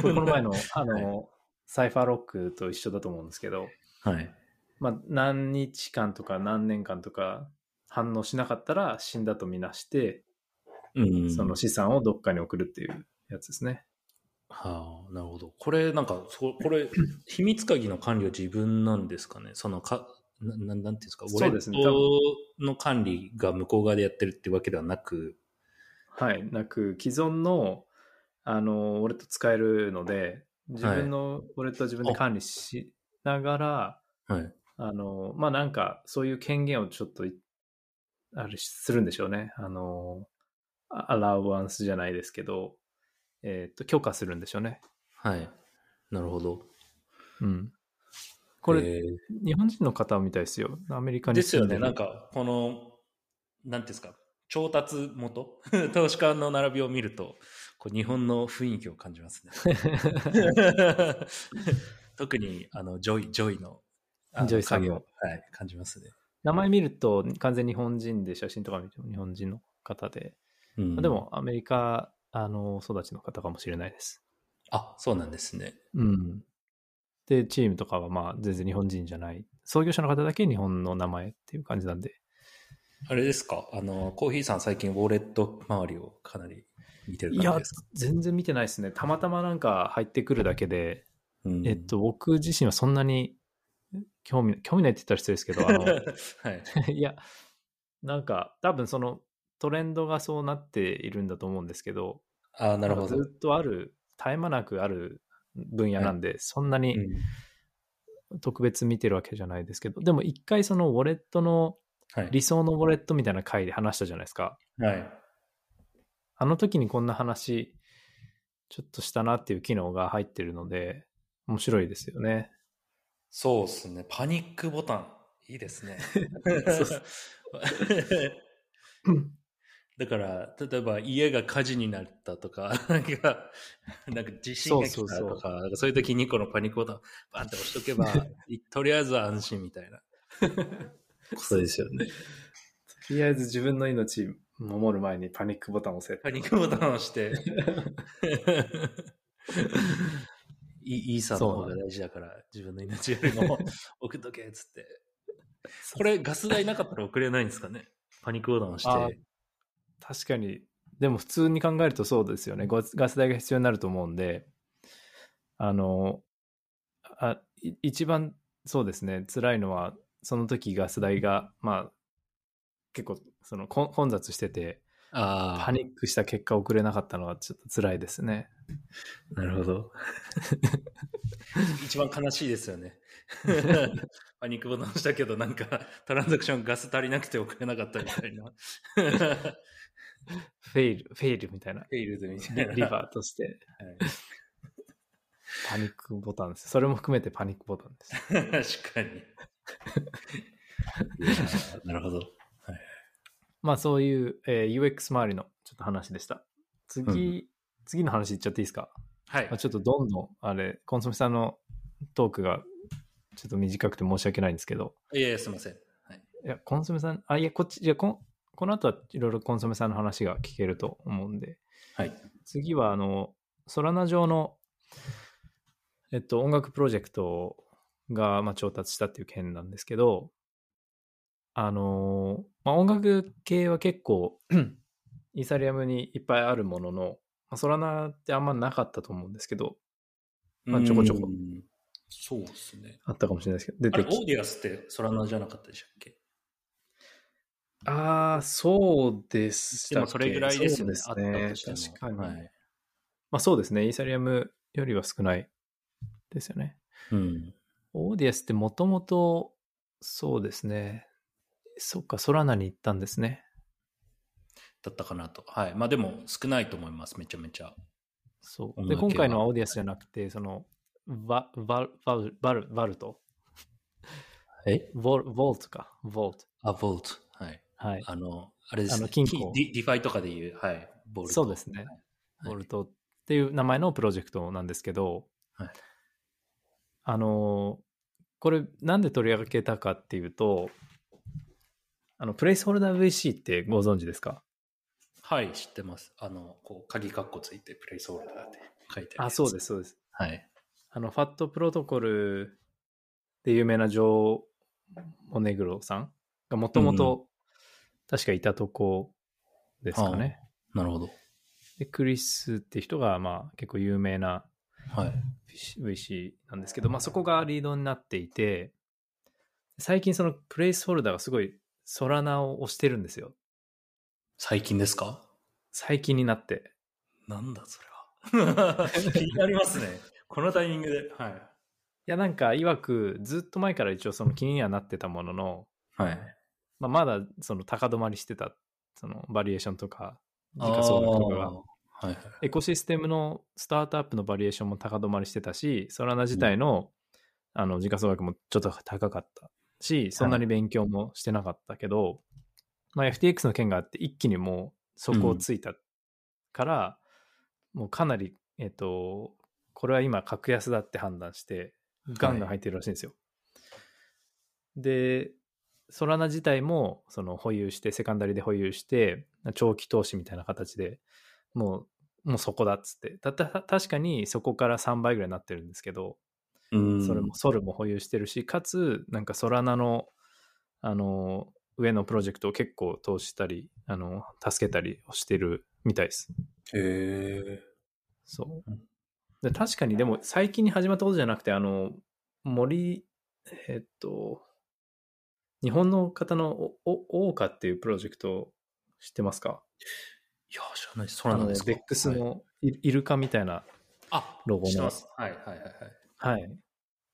Speaker 1: これこの前 の、あの、サイファーロックと一緒だと思うんですけど、
Speaker 2: はい。
Speaker 1: まあ、何日間とか何年間とか反応しなかったら死んだとみなして、
Speaker 2: うん。
Speaker 1: その資産をどっかに送るっていうやつですね。
Speaker 2: はあ、なるほど。これ、なんか、そ これ、秘密鍵の管理は自分なんですかね。そのか、なななんていうんですか、ウ
Speaker 1: そ
Speaker 2: ォ
Speaker 1: う
Speaker 2: レ
Speaker 1: ですね
Speaker 2: ットの管理が向こう側でやってるってわけではなく、
Speaker 1: はい。なく、既存の、あの、ウォレット使えるので、自分のウォレットは自分で管理しながら、
Speaker 2: はい。
Speaker 1: あの、まあ、なんか、そういう権限をちょっとい、あれ、するんでしょうね。あの、アラウアンスじゃないですけど、えっ、と、許可するんでしょうね。
Speaker 2: はい。なるほど。
Speaker 1: うん。これ、
Speaker 2: えー
Speaker 1: 日本人の方みたいですよ。アメリカに
Speaker 2: です
Speaker 1: 住
Speaker 2: よ
Speaker 1: んで
Speaker 2: ね、
Speaker 1: る。
Speaker 2: なんか、この、なんていうんですか、調達元、 投資家の並びを見ると、こう日本の雰囲気を感じます ね。特に、あの、ジョイ、ジョイの、あの
Speaker 1: ジョイさんの
Speaker 2: 影をはい、感じますね。
Speaker 1: 名前見ると、完全日本人で、写真とか見ても日本人の方で。
Speaker 2: うん
Speaker 1: まあで、も、アメリカ、あの、育ちの方かもしれないです。
Speaker 2: あ、そうなんですね。
Speaker 1: うん。で、チームとかは、まあ、全然日本人じゃない。創業者の方だけ日本の名前っていう感じなんで。
Speaker 2: あれですか、あの、コーヒーさん最近ウォレット周りをかなり見てる
Speaker 1: い
Speaker 2: 感じ
Speaker 1: や
Speaker 2: ですか、
Speaker 1: 全然見てないですね。たまたまなんか入ってくるだけで、
Speaker 2: うん
Speaker 1: えっ。と、僕自身はそんなに興味、興味ないって言ったら失礼ですけど、あの、
Speaker 2: はい。
Speaker 1: いや、なんか、多分そのトレンドがそうなっているんだと思うんですけど、
Speaker 2: あなるほど。
Speaker 1: なんかずっとある、絶え間なくある分野なんで、そんなに
Speaker 2: うん
Speaker 1: 特別見てるわけじゃないですけど、でも一回そのウォレットの、
Speaker 2: はい。
Speaker 1: 理想のウォレットみたいな回で話したじゃないですか。
Speaker 2: はい。
Speaker 1: あの時にこんな話、ちょっとしたなっていう機能が入ってるので、面白いですよね。
Speaker 2: そうですね。パニックボタン、いいです ね。
Speaker 1: うそ
Speaker 2: だから、例えば家が火事になったとか、 なんか、なんか地震が来たとか、
Speaker 1: そ
Speaker 2: そうう
Speaker 1: そう
Speaker 2: いう時にこのパニックボタン、バンって押しと けば、いとりあえずは安心みたいな。そうですよね。
Speaker 1: とりあえず自分の命守る前にパニックボタンを押せ。
Speaker 2: パニックボタンを押して。 いいいさの方が大事だから、自分の命よりも送っとけっつって。これ、ガス代なかったら送れないんですかねパニックボタンを
Speaker 1: あ
Speaker 2: 押して。
Speaker 1: 確かに。でも普通に考えるとそうですよね。ガスガス代が必要になると思うんで、あの、あい一番そうですね、辛いのは、その時ガス代が、まあ、結構その混混雑してて、
Speaker 2: あ
Speaker 1: パニックした結果遅れなかったのはちょっと辛いですね。
Speaker 2: あ、なるほど。 一番悲しいですよね。 パニックボタン押したけど、なんか、トランザクションガス足りなくて送れなかったみたい な。
Speaker 1: フェイル、フェイルみたい な。
Speaker 2: フェイルズみた
Speaker 1: リ
Speaker 2: いな。
Speaker 1: リバーとして パニックボタンです。それも含めてパニックボタンです。
Speaker 2: 確かに。いやーなるほど。
Speaker 1: まあそういう、えー UX 周りのちょっと話でした。次、
Speaker 2: う
Speaker 1: 次の話いっちゃっていいですか、
Speaker 2: はい
Speaker 1: まあ、。ちょっとどんどん、あれ、コンソメさんのトークがちょっと短くて申し訳ないんですけど、
Speaker 2: いやいや、すみません。はい、
Speaker 1: いや、コンソメさん、あ、いや、こっち、じゃあこん、この後はいろいろコンソメさんの話が聞けると思うんで、
Speaker 2: はい。
Speaker 1: 次はあの、ソラナ上の、えっと、音楽プロジェクトが、まあ、調達したっていう件なんですけど、あのーまあ、音楽系は結構、 イーサリアムにいっぱいあるものの、まあ、ソラナってあんまなかったと思うんですけど、まあちょこちょこ
Speaker 2: うん。そうですね。
Speaker 1: あったかもしれないですけど、出
Speaker 2: あれ、
Speaker 1: て
Speaker 2: オ
Speaker 1: き
Speaker 2: ーディアスってソラナじゃなかったでしたっけ
Speaker 1: ああ、そうでしたっけ
Speaker 2: でもそれぐらいですよね。
Speaker 1: そうです
Speaker 2: あ
Speaker 1: ね
Speaker 2: ったとしても
Speaker 1: 確かに、
Speaker 2: はい
Speaker 1: まあそうですね。イーサリアムよりは少ないですよね。
Speaker 2: うん。
Speaker 1: オーディアスってもともと、そうですね。そっか、ソラナに行ったんですね。
Speaker 2: だったかなと。はい。まあでも少ないと思います。めちゃめちゃ。
Speaker 1: そう。
Speaker 2: 音
Speaker 1: で、
Speaker 2: 楽系は
Speaker 1: 今回のはオーディアスじゃなくて、その、バババルバルバルト、
Speaker 2: え
Speaker 1: ヴォルヴォルトか、ヴォルト。
Speaker 2: あ、ボルト。はい。
Speaker 1: はい。
Speaker 2: あの、あれですね。
Speaker 1: あの金庫
Speaker 2: ディディファイとかでいう、はい。ボルト。
Speaker 1: そうですね
Speaker 2: はい
Speaker 1: ボルトっていう名前のプロジェクトなんですけど、
Speaker 2: はい
Speaker 1: あのこれなんで取り上げたかっていうとあのプレイスホルダー VC ってご存知ですか
Speaker 2: はい、知ってます。あの、こう、鍵カッコついて、プレイスホルダーで書いてある。。
Speaker 1: あそうですすそうです
Speaker 2: はい。
Speaker 1: あのファットプロトコルで有名なジョー・モネグロさんがもとも
Speaker 2: うんう
Speaker 1: と確かいたとこですかね、
Speaker 2: なるほど。
Speaker 1: でクリスって人がまあ結構有名な
Speaker 2: はい。
Speaker 1: VC なんですけど、まあ、そこがリードになっていて最近そのプレイスホルダーがすごいソラナを押してるんですよ
Speaker 2: 最近ですか
Speaker 1: 最近になって
Speaker 2: なんだそれは。気になりますね。このタイミングで。はい。
Speaker 1: いやなんか曰くずっと前から一応その気にはなってたものの、
Speaker 2: はい。
Speaker 1: まあ、まだその高止まりしてたそのバリエーションとか時価総額とかが
Speaker 2: あーはい。
Speaker 1: エコシステムのスタートアップのバリエーションも高止まりしてたしソラナ自体の,、あの時価総額もちょっと高かったしそんなに勉強もしてなかったけど、まあ、FTX の件があって一気にもう底をついたから、もうかなり、えっとこれは今格安だって判断してガンガン入ってるらしいんですよ。でソラナ自体もその保有してセカンダリで保有して長期投資みたいな形でもうもうそこだっつってたた確かにそこから3倍ぐらいになってるんですけど、
Speaker 2: うん
Speaker 1: それもソルも保有してるしかつなんかソラナのあの上のプロジェクトを結構投資したりあの助けたりをしてるみたいです
Speaker 2: へえ。
Speaker 1: そう
Speaker 2: うん
Speaker 1: で確かにでも最近に始まったことじゃなくてあの森えっと日本の方のおお大花っていうプロジェクト知ってますか
Speaker 2: いや、知らない。そうなんです
Speaker 1: あのベックス
Speaker 2: はい
Speaker 1: のイイルカみたいな
Speaker 2: あ、
Speaker 1: ロゴの
Speaker 2: 知ってます。はいはいはいはい。
Speaker 1: はい。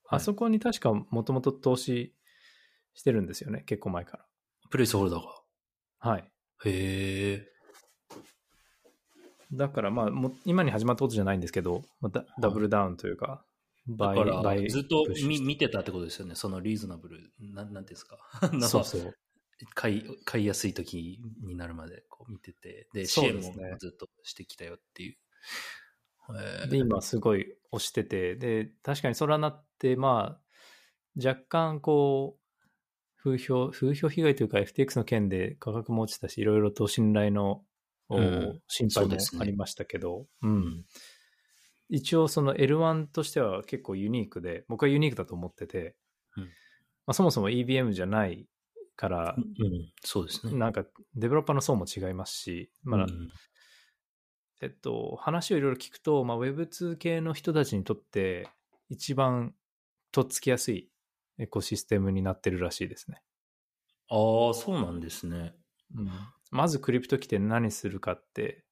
Speaker 1: あそこに確かもともと投資してるんですよね、結構前か
Speaker 2: プレイスホルダーが。
Speaker 1: ら。はい。
Speaker 2: へえ。
Speaker 1: だからまあ、もう今に始まったことじゃないんですけど、またダブルダウンというか、
Speaker 2: だ
Speaker 1: 倍
Speaker 2: から、
Speaker 1: 倍
Speaker 2: ずっと
Speaker 1: プッシュ
Speaker 2: 見
Speaker 1: して
Speaker 2: 見てたってことですよね。そのリーズナブル、なんなんていうんですか。
Speaker 1: そうそう。
Speaker 2: 買い買いやすい時になるまでこう見てて、で、支
Speaker 1: そう
Speaker 2: 援
Speaker 1: で
Speaker 2: も
Speaker 1: すね
Speaker 2: ずっとしてきたよっていう。
Speaker 1: で、
Speaker 2: へえ
Speaker 1: 今すごい押してて、で、確かにソラナって、まあ、若干こう、風評、風評被害というか FTX の件で価格も落ちたし、いろいろと信頼の、お
Speaker 2: うん
Speaker 1: 心配
Speaker 2: そう
Speaker 1: も
Speaker 2: ですね
Speaker 1: ありましたけど、うん。一応その L1 としては結構ユニークで、僕はユニークだと思ってて、
Speaker 2: うん
Speaker 1: まあ、そもそも EBM じゃないから
Speaker 2: う、ん、そうですね。
Speaker 1: なんかデベロッパーの層も違いますし、まあ
Speaker 2: うん
Speaker 1: えっと、話をいろいろ聞くと、まあ、Web2 系の人たちにとって一番とっつきやすいエコシステムになってるらしいですね。
Speaker 2: ああ、そうなんですね。
Speaker 1: まずクリプト来て何するかって、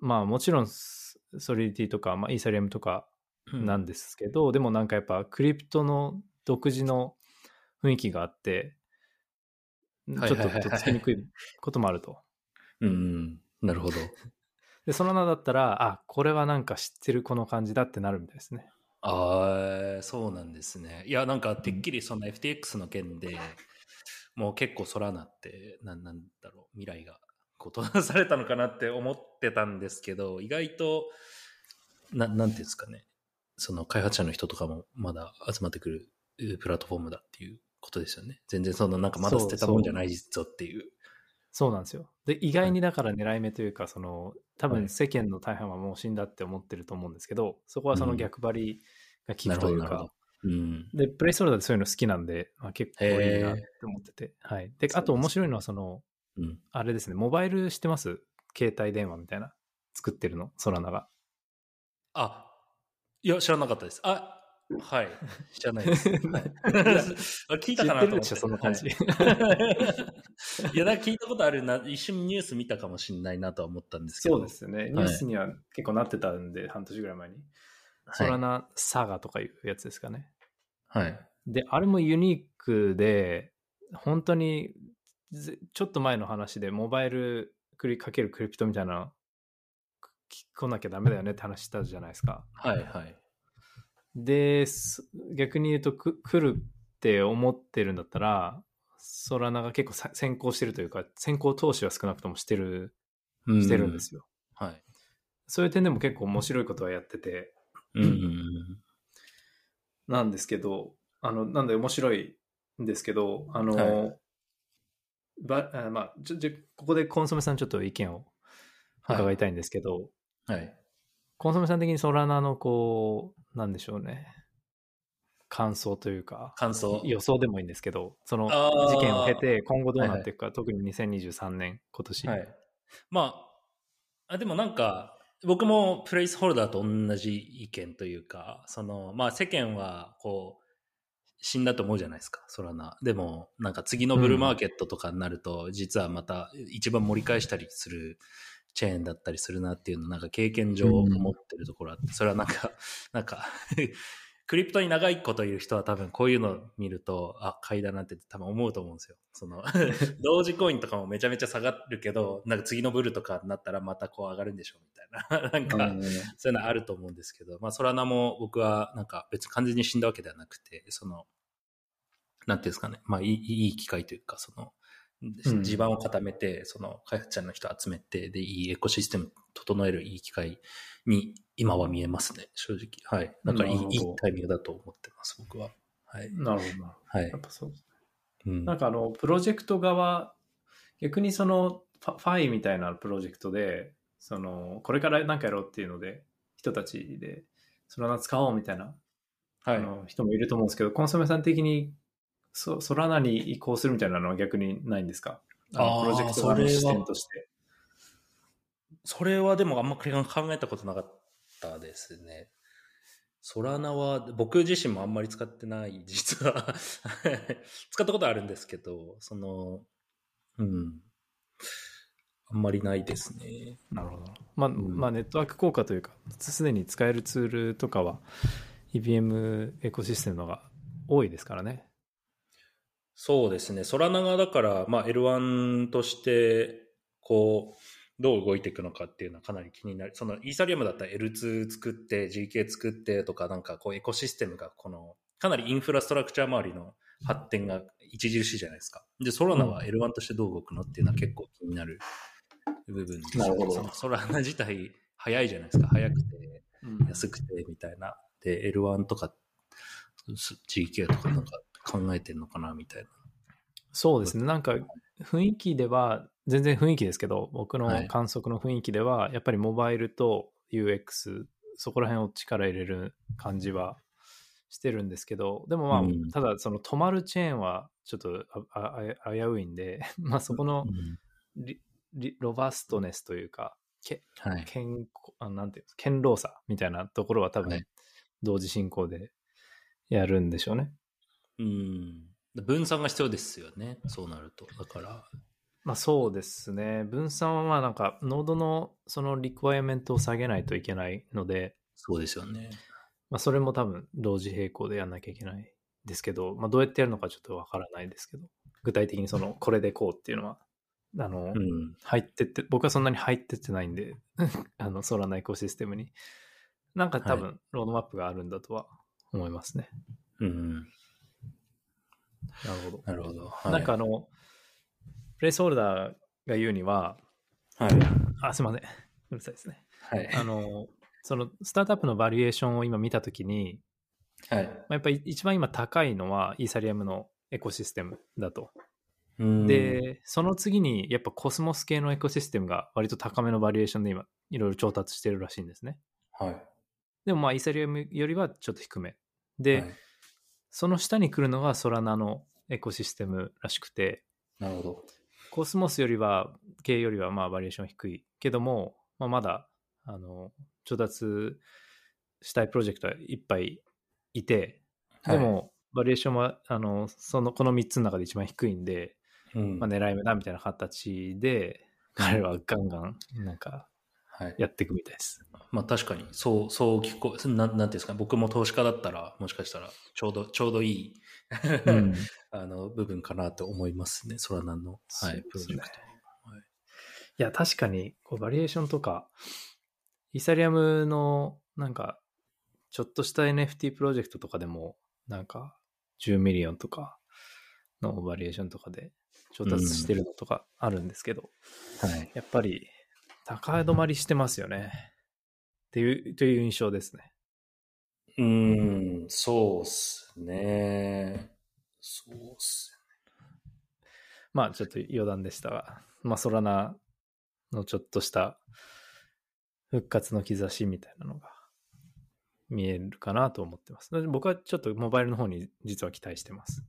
Speaker 1: まあもちろんソソリディティとか、まあ、イーサリアムとかなん
Speaker 2: で
Speaker 1: ですけど、でもなんかやっぱクリプトの独自の雰囲気があって、ちょ
Speaker 2: はい
Speaker 1: っ
Speaker 2: はいは
Speaker 1: と
Speaker 2: いはい
Speaker 1: とっつきにくいこともあると。
Speaker 2: うん、なるほど。
Speaker 1: で、その名だったら、あ、これはなんか知ってるこの感じだってなるみたいですね。
Speaker 2: ああ、そうなんですね。いや、なんか、てっきりその FTX の件で、もう結構空なって、なんなんだろう、未来が、こう、閉ざされたのかなって思ってたんですけど、意外と、ななんていうんですかね、その開発者の人とかもまだ集まってくるえープラットフォームだっていうことですよね。全然その、なんかまだ捨てたもんじゃないぞっていう。
Speaker 1: そうなんですよ。で、意外にだから狙い目というか、その、多
Speaker 2: は
Speaker 1: 分
Speaker 2: い
Speaker 1: 世間の大半はもう死んだって思ってると思うんですけど、そこはその逆張りが効くという
Speaker 2: なるほどなるほ
Speaker 1: か
Speaker 2: ど、うん。
Speaker 1: で、プレイストーダーでそういうの好きなんで、まあ、結構いい
Speaker 2: へー
Speaker 1: なって思ってて、はい。で、あと面白いのは、その、
Speaker 2: うん。
Speaker 1: あれですね、モバイル知ってます携帯電話みたいな、作ってるの、ソラナが。
Speaker 2: あ、いや、知らなかったです。あ、 はい。知らないです。はいあ 聞
Speaker 1: 知
Speaker 2: いたか
Speaker 1: っ
Speaker 2: な
Speaker 1: て
Speaker 2: と
Speaker 1: る
Speaker 2: 思っ
Speaker 1: で
Speaker 2: て。
Speaker 1: しょ、その感じ。
Speaker 2: はい いや、なんか聞いたことあるな。一瞬ニュース見たかもしれないなとは思ったんですけど。
Speaker 1: そうで。すよね。ニュースには結構なってたんで、半年ぐらい前に。ソ
Speaker 2: はい
Speaker 1: ラ。ナサガとかいうやつですかね。
Speaker 2: はい。
Speaker 1: で、あれもユニークで、本当にぜちょっと前の話で、モバイルクリかけるクリプトみたいな、き来なきゃダメだよねって話したじゃないですか。
Speaker 2: はい。はい。
Speaker 1: で、す逆に言うと、く来るって思ってるんだったら、ソラナが結構さ先行してるというか、先行投資は少なくともしてる、してるんですよ。
Speaker 2: はい。
Speaker 1: そういう点でも結構面白いことはやってて、
Speaker 2: うんうんうん。
Speaker 1: なんですけど、あの、なんで面白いんですけど、あの、
Speaker 2: は
Speaker 1: ばあまあ、ちょ、じゃここでコンソメさんちょっと意見を伺いたいんですけど、
Speaker 2: はい。
Speaker 1: コンソメさん的にソラナのこう、なんでしょうね、感想というか、
Speaker 2: 感想。
Speaker 1: 予想でもいいんですけど、その
Speaker 2: あー
Speaker 1: 事件を経て、今後どうなっていくか、特に2023年、今年。
Speaker 2: はい。まあ、あでもなんか、僕もプレイスホルダーと同じ意見というか、その、まあ世間は、こう、死んだと思うじゃないですか、ソラナ。でも、なんか次のブルーマーケットとかになると、実はまた一番盛り返したりするチェーンだったりするなっていうのをなんか経験上思ってるところあって、それはなんか、なんか、クリプトに長いこといる人は多分こういうの見ると、あ、買いだなって多分思うと思うんですよ。その、同時コインとかもめちゃめちゃ下がるけど、なんか次のブルとかになったらまたこう上がるんでしょみたいな。 なんか、
Speaker 1: うん
Speaker 2: そういうのあると思うんですけど、まあ、ソラナも僕はなんか別に完全に死んだわけではなくて、その、なんていうんですかね、まあいい、いい機会というか、その、
Speaker 1: ん
Speaker 2: 地盤を固めて、その開発者の人集めて、で、いいエコシステム整えるいい機会に今は見えますね、正直。はい。だからいい
Speaker 1: なるほど
Speaker 2: いいタイミングだと思ってます、僕は。はい。
Speaker 1: なるほどな。
Speaker 2: はい
Speaker 1: やっ。ぱそう。
Speaker 2: うん
Speaker 1: なんかあの、プロジェクト側、逆にその、ファファイみたいなプロジェクトで、その、これからなんかやろうっていうので、人たちで、ソラナ使おうみたいな、
Speaker 2: は
Speaker 1: あの人もいると思うんですけど、コンソメさん的にそソラナに移行するみたいなのは逆にないんですかあの
Speaker 2: あー
Speaker 1: プロジェクト側の視
Speaker 2: それは
Speaker 1: 点として。
Speaker 2: それはでもあんま考えたことなかったですね。ソラナは僕自身もあんまり使ってない、 実は。使ったことあるんですけど、その、うん。あんまりないですね。
Speaker 1: なるほど。まあ、
Speaker 2: ん
Speaker 1: まあ、ネットワーク効果というか、すでに使えるツールとかは、EBM エコシステムの方が多いですからね。
Speaker 2: そうですね。ソラナがだから、まあ L1 として、こう、どう動いていくのかっていうのはかなり気になる。そのイーサリアムだったら L2 作って、GK 作ってとか、なんかこうエコシステムがこの、かなりインフラストラクチャー周りの発展が著しいじゃないですか。で、ソラナは L1 としてどう動くのっていうのは結構気になる部分ですね
Speaker 1: なるほど
Speaker 2: そのソラナ自体早いじゃないですか。早くて、安くてみたいな。で、L1 とかす GK とかなんか考えてんのかなみたいな。
Speaker 1: そうですね、なんか雰囲気では、全然雰囲気ですけど、僕の観測の雰囲気では、やっぱりモバイルと UX、そこら辺を力入れる感じはしてるんですけど、でもまあ、
Speaker 2: うん
Speaker 1: ただ、その止まるチェーンはちょっとあああ危ういんで、 まあそこのリリロバストネスというか、け
Speaker 2: はい。
Speaker 1: 健康あなんていうんですか堅牢さみたいなところは多
Speaker 2: は
Speaker 1: 分
Speaker 2: い、
Speaker 1: 同時進行でやるんでしょうね。
Speaker 2: うん。分散が必要ですよね。そうなると。だから。
Speaker 1: まあそうですね。分散はまあなんか、ノードのそのリクワイアメントを下げないといけないので、
Speaker 2: そうですよね。
Speaker 1: まあそれも多分同時並行でやんなきゃいけないですけど、まあどうやってやるのかちょっとわからないですけど、具体的にその、これでこうっていうのは、あの、
Speaker 2: うん。
Speaker 1: 入ってって、僕はそんなに入ってってないんで、 あの、ソラナエコシステムに。なんか多
Speaker 2: は
Speaker 1: 分、ロードマップがあるんだとは思いますね。
Speaker 2: うん。
Speaker 1: なるほど。
Speaker 2: なるほど。はい、
Speaker 1: なんかあ、の、プレイスホルダーが言うには、
Speaker 2: はい。
Speaker 1: あ、すいません。うるさいですね。
Speaker 2: はい。
Speaker 1: あの、そのスタートアップのバリエーションを今見たときに、
Speaker 2: はい
Speaker 1: ま。あやっぱり一番今高いのはイーサリアムのエコシステムだと。
Speaker 2: うん、
Speaker 1: で、その次にやっぱコスモス系のエコシステムが割と高めのバリエーションで今いろいろ調達してるらしいんですね。
Speaker 2: はい。
Speaker 1: でもまあイーサリアムよりはちょっと低め。で、
Speaker 2: はい
Speaker 1: その下に来るのがソラナのエコシステムらしくて、
Speaker 2: なるほど。
Speaker 1: コスモスよりは、系よりはまあバリエーション低いけども、まあ、まだあの調達したいプロジェクトはいっぱいいて、
Speaker 2: はい
Speaker 1: でも、バリエーションはあのそのこの3つの中で一番低いんで、
Speaker 2: うん
Speaker 1: まあ、狙い目だみたいな形で、彼はガンガンなんか
Speaker 2: はい。
Speaker 1: やっていくみたいです。
Speaker 2: まあ確かに、そう、そう聞こえ、なん、なんていうんですかね。僕も投資家だったら、もしかしたら、ちょうど、ちょうどいい、
Speaker 1: うん
Speaker 2: あの、部分かなと思いますね。ソラナの、は
Speaker 1: そう
Speaker 2: い、
Speaker 1: で
Speaker 2: プロ
Speaker 1: す
Speaker 2: ジ
Speaker 1: ね
Speaker 2: ェクト。
Speaker 1: いや、確かに、こう、バリエーションとか、イーサリアムの、なんか、ちょっとした NFT プロジェクトとかでも、なんか、10ミリオンとかのバリエーションとかで調達してるのとかあるんですけど、
Speaker 2: はい。
Speaker 1: やっぱり、高止まりしてますよね。っていう、という印象ですね。
Speaker 2: うーん、そうっすね。そうっす
Speaker 1: まあちょっと余談でしたが、まあソラナのちょっとした復活の兆しみたいなのが見えるかなと思ってます。僕はちょっとモバイルの方に実は期待してます。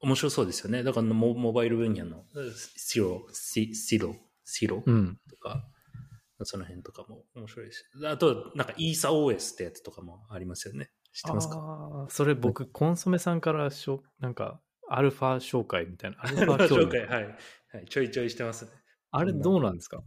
Speaker 2: 面白そうですよね。だからモモバイル分野のシロ、シシロ、シロ
Speaker 1: うん。
Speaker 2: とか、その辺とかも面白いし。あと、なんかイーサ OS ってやつとかもありますよね。知ってますか
Speaker 1: あーそれ僕、コンソメさんからしょ、なんか、アルファ紹介みたいな。アル ファ協
Speaker 2: 紹
Speaker 1: 力
Speaker 2: 介、はい、はい。ちょいちょいしてますね。
Speaker 1: あれどうなんですか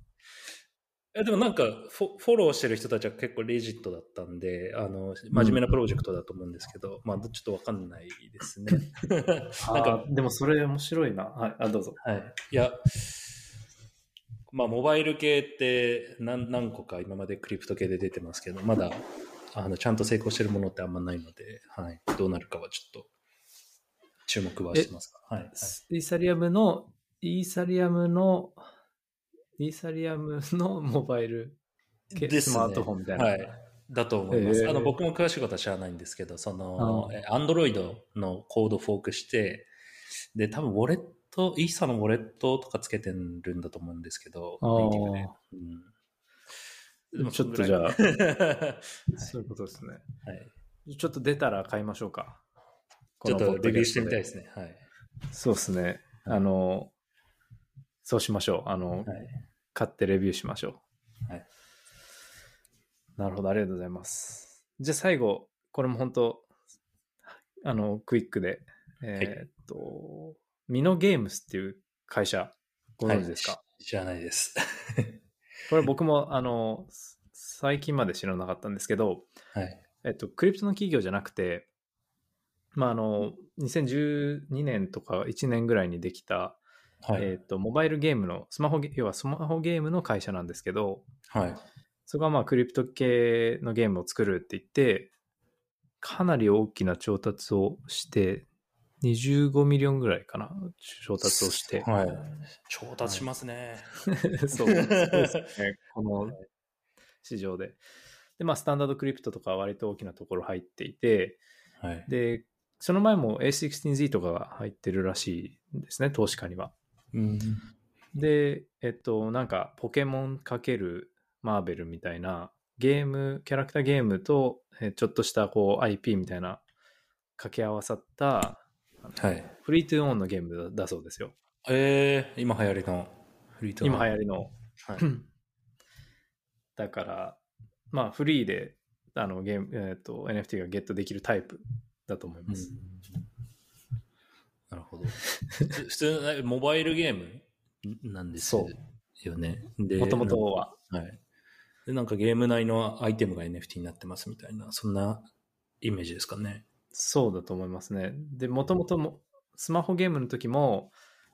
Speaker 2: えでもなんかフォ、フォローしてる人たちは結構レジットだったんで、あの、真面目なプロジェクトだと思うんですけど、まあ、ちょっとわかんないで すね。なんか
Speaker 1: あーでもそれ面白いな。はい、あ、どうぞ。
Speaker 2: はい。いや、まあ、モバイル系って何何個か今までクリプト系で出てますけど、まだあのちゃんと成功してるものってあんまないので、はい、どうなるかはちょっと注目はしてますが、はいはい。
Speaker 1: イーサリアムの、イーサリアムの、イーサリアムのモバイル系、
Speaker 2: です
Speaker 1: ス
Speaker 2: ね
Speaker 1: マートフォンみたいな。
Speaker 2: はい。だと思います。
Speaker 1: へー
Speaker 2: あの僕も詳しいことは知らないんですけど、その
Speaker 1: うん、
Speaker 2: アンドロイドのコードフォークして、で、多分ウォレット、イーサのウォレットとかつけてるんだと思うんですけど、
Speaker 1: あー
Speaker 2: ネイティブでうんでも
Speaker 1: ちょっとじゃあ、
Speaker 2: そんぐらいはい
Speaker 1: そういうことですね。ちょっと出たら買いましょうか。。
Speaker 2: ちょっとレビューしてみたいですすね。はい。
Speaker 1: そうですね。あの、そうしましょう。あの、
Speaker 2: はい
Speaker 1: 買ってレビューしましょう。
Speaker 2: はい。
Speaker 1: なるほど、ありがとうございます。じゃあ最後、これも本当あの、クイックで、えーっと、ミノゲームスっていう会社、ご存知ですか、
Speaker 2: はい知らないです。
Speaker 1: これ僕も、あの、最近まで知らなかったんですけど、
Speaker 2: はい。
Speaker 1: えっと、クリプトの企業じゃなくて、まあ、あの、2012年とか1年ぐらいにできた、
Speaker 2: はい。
Speaker 1: えっと、モバイルゲームの、スマホゲ、要はスマホゲームの会社なんですけど、
Speaker 2: はい。
Speaker 1: そこはまあクリプト系のゲームを作るって言って、かなり大きな調達をして、25ミリオンぐらいかな、調達をして。
Speaker 2: はい。調達しますね。
Speaker 1: そうですね、この市場で。で、まあ、スタンダードクリプトとかは割と大きなところ入っていて、
Speaker 2: はい。
Speaker 1: で、その前も A16Z とかが入ってるらしいんですね、投資家には。
Speaker 2: うん
Speaker 1: で、えっと、なんか、ポケモン×マーベルみたいな、ゲーム、キャラクターゲームと、えちょっとした、こう、IP みたいな、掛け合わさった、
Speaker 2: はい。
Speaker 1: フリートゥーオンのゲームだだそうですよ。
Speaker 2: えー、今流行りのフリート
Speaker 1: 今流行
Speaker 2: り。
Speaker 1: りの。
Speaker 2: はい
Speaker 1: だから、まあ、フリーで、あの、ゲーム、えっと、NFT がゲットできるタイプだと思います。
Speaker 2: なるほど。 ふ普通のモバイルゲームなんです
Speaker 1: そ
Speaker 2: よね。で、
Speaker 1: もともとは。
Speaker 2: はい。で、なんかゲーム内のアイテムが NFT になってますみたいな、そんなイメージですかね。
Speaker 1: そうだと思いますね。で、もともともスマホゲームの時も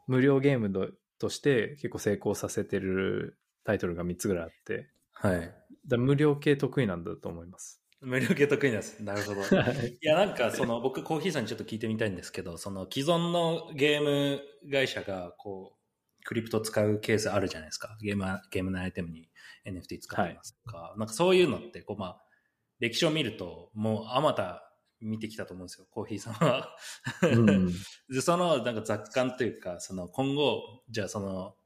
Speaker 1: 無料ゲームととして結構成功させてるタイトルが3つぐらいあって、
Speaker 2: はい。
Speaker 1: だ無料系得意なんだと思います。
Speaker 2: 無料系得意なんです。なるほど。い
Speaker 1: はい
Speaker 2: や、なんかその僕、コーヒーさんにちょっと聞いてみたいんですけど、その既存のゲーム会社が、こう、クリプト使うケースあるじゃないですか。ゲーム、ゲームのアイテムに NFT 使ってますとか、なんかそういうのって、こう、まあ、歴史を見ると、もう、あまた見てきたと思うんですよ、コーヒーさんは。
Speaker 1: うん
Speaker 2: で、その、なんか雑感というか、その今後、じゃあその、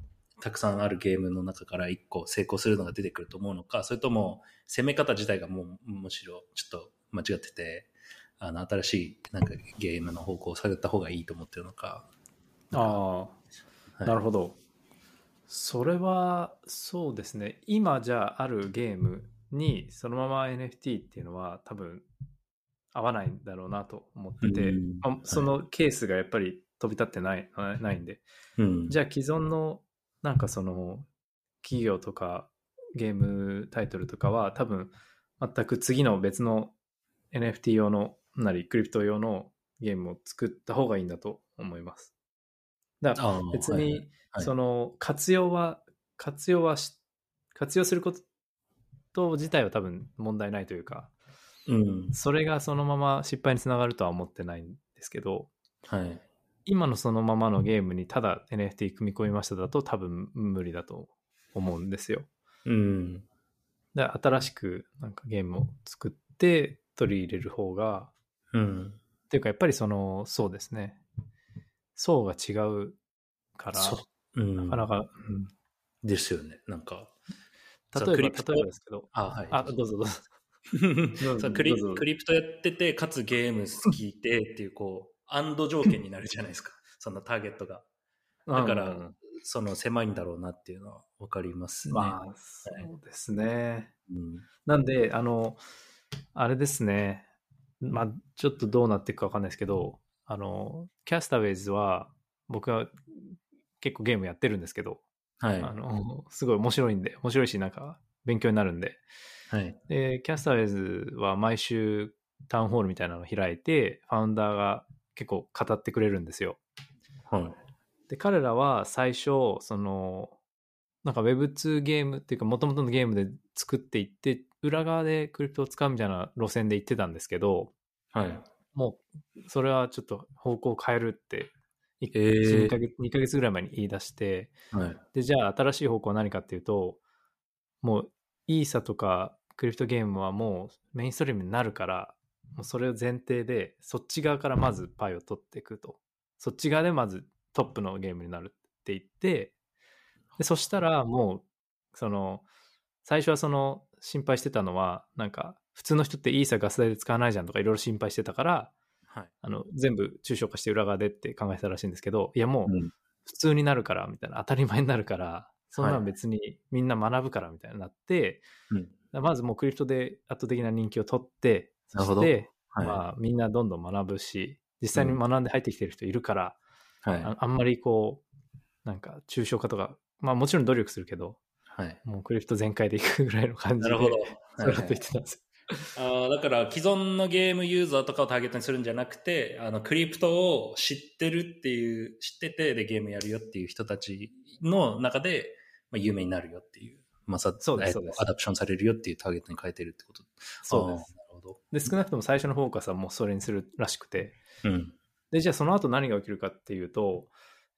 Speaker 2: たくさんあるゲームの中から一個成功するのが出てくると思うのか、それとも、攻め方自体がもう、むしろ、ちょっと間違ってて、あの、新しい、なんかゲームの方向を探った方がいいと思ってるのか。
Speaker 1: ああ、
Speaker 2: はい
Speaker 1: なるほど。それは、そうですね。今じゃああるゲームにそのまま NFT っていうのは多分合わないんだろうなと思ってて、
Speaker 2: うん
Speaker 1: あそのケースがやっぱり飛び立ってないないんで、
Speaker 2: うん。
Speaker 1: じ
Speaker 2: ゃ
Speaker 1: ゃあ既存のなんかその企業とかゲームタイトルとかは多分全く次の別の NFT 用のなりクリプト用のゲームを作った方がいいんだと思います。だから
Speaker 2: あー
Speaker 1: 別
Speaker 2: はいは
Speaker 1: に
Speaker 2: はい
Speaker 1: その活用は活用はし活用すること自体は多分問題ないというか
Speaker 2: うん。
Speaker 1: それがそのまま失敗につながるとは思ってないんですけど、
Speaker 2: はい。
Speaker 1: 今のそのままのゲームにただ NFT 組み込みましただと多分無理だと思うんですよ。
Speaker 2: うん。
Speaker 1: で新しくなんかゲームを作って取り入れる方が
Speaker 2: うん。
Speaker 1: っていうかやっぱりそのそうですね層が違うから
Speaker 2: そう。うん。
Speaker 1: なかなか、うん
Speaker 2: ですよね。なんか。そう
Speaker 1: 例えば例
Speaker 2: クリ
Speaker 1: え
Speaker 2: プト
Speaker 1: ばですけど
Speaker 2: あ、はい
Speaker 1: あどうぞどうぞどうぞ
Speaker 2: そうクリ
Speaker 1: どうぞ
Speaker 2: クリプトやってて、かつゲーム好きでっていう、こう、アンド条件になるじゃないですか。 そのターゲットが。だから
Speaker 1: うん
Speaker 2: その狭いんだろうなっていうのはわかりますね。
Speaker 1: まあそうですね
Speaker 2: うん、
Speaker 1: なんであのあれですねまあちょっとどうなっていくかわかんないですけどあのキャスターウェイズは僕は結構ゲームやってるんですけど、
Speaker 2: はい。
Speaker 1: あのすごい面白いんで面白いしなんか勉強になるんで
Speaker 2: はい。
Speaker 1: で、キャスターウェイズは毎週タウンホールみたいなのを開いて、ファウンダーが結構語ってくれるんですよ。
Speaker 2: はい。
Speaker 1: で、彼らは最初、その、なんか Web2 ゲームっていうか、元々のゲームで作っていって、裏側でクリプトを使うみたいな路線で行ってたんですけど、
Speaker 2: はい。
Speaker 1: もう、それはちょっと方向を変えるって、い
Speaker 2: えー
Speaker 1: 2ヶ月、2ヶ月ぐらい前に言い出して、
Speaker 2: はい。
Speaker 1: で、じゃあ新しい方向は何かっていうと、もうイーサとかクリプトゲームはもうメインストリームになるから、もうそれを前提で、そっち側からまずパイを取っていくと。そっち側でまずトップのゲームになるって言って、でそしたらもう、その、最初はその心配してたのは、なんか、普通の人ってイーサガス代で使わないじゃんとかいろいろ心配してたから、
Speaker 2: はい。
Speaker 1: あの全部抽象化して裏側でって考えてたらしいんですけど、いやもう
Speaker 2: うん
Speaker 1: 普通になるからみたいな、当たり前になるから、そんな
Speaker 2: は
Speaker 1: ん
Speaker 2: い
Speaker 1: 別にみんな学ぶからみたいになって、
Speaker 2: うん
Speaker 1: だからまずもうクリプトで圧倒的な人気を取って、
Speaker 2: な
Speaker 1: そ
Speaker 2: るほど
Speaker 1: して、
Speaker 2: はい。
Speaker 1: まあ、みんなどんどん学ぶし、実際に学んで入ってきてる人いるから、
Speaker 2: はい。
Speaker 1: ああんまりこう、なんか抽象化とか、まあもちろん努力するけど、
Speaker 2: はい。
Speaker 1: もうクリプト全開でいくぐらいの感じで、
Speaker 2: なるほど。
Speaker 1: そうやって言ってたんですよ。
Speaker 2: あーだから既存のゲームユーザーとかをターゲットにするんじゃなくてあのクリプトを知ってるっていう知っててでゲームやるよっていう人たちの中で、まあ、有名になるよっていう,、まあ、さ
Speaker 1: そうです
Speaker 2: えっと
Speaker 1: そうです
Speaker 2: アダプションされるよっていうターゲットに変えてるってこと
Speaker 1: そうです。
Speaker 2: あーなるほど、
Speaker 1: で、少なくとも最初のフォーカスはもうそれにするらしくて、
Speaker 2: うん
Speaker 1: で、じゃあその後何が起きるかっていうと、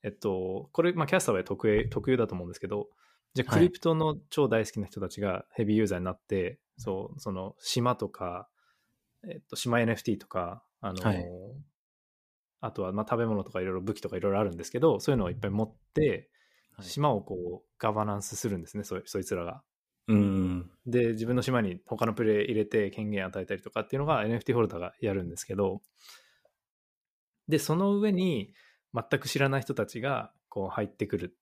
Speaker 1: えっと、これ、まあ、キャスターは特有特有だと思うんですけど、じゃあ
Speaker 2: は
Speaker 1: ク
Speaker 2: い
Speaker 1: リプトの超大好きな人たちがヘビーユーザーになって、そう、その島とか、えっと、島 NFT とか、あの、
Speaker 2: はい
Speaker 1: あとは、まあ、食べ物とかいろいろ武器とかいろいろあるんですけど、そういうのをいっぱい持って、
Speaker 2: はい
Speaker 1: 島をこう、ガバナンスするんですね、そいそいつらが。
Speaker 2: うん
Speaker 1: で、自分の島に他のプレイ入れて権限与えたりとかっていうのが NFT ホルダーがやるんですけど、で、その上に全く知らない人たちがこう入ってくる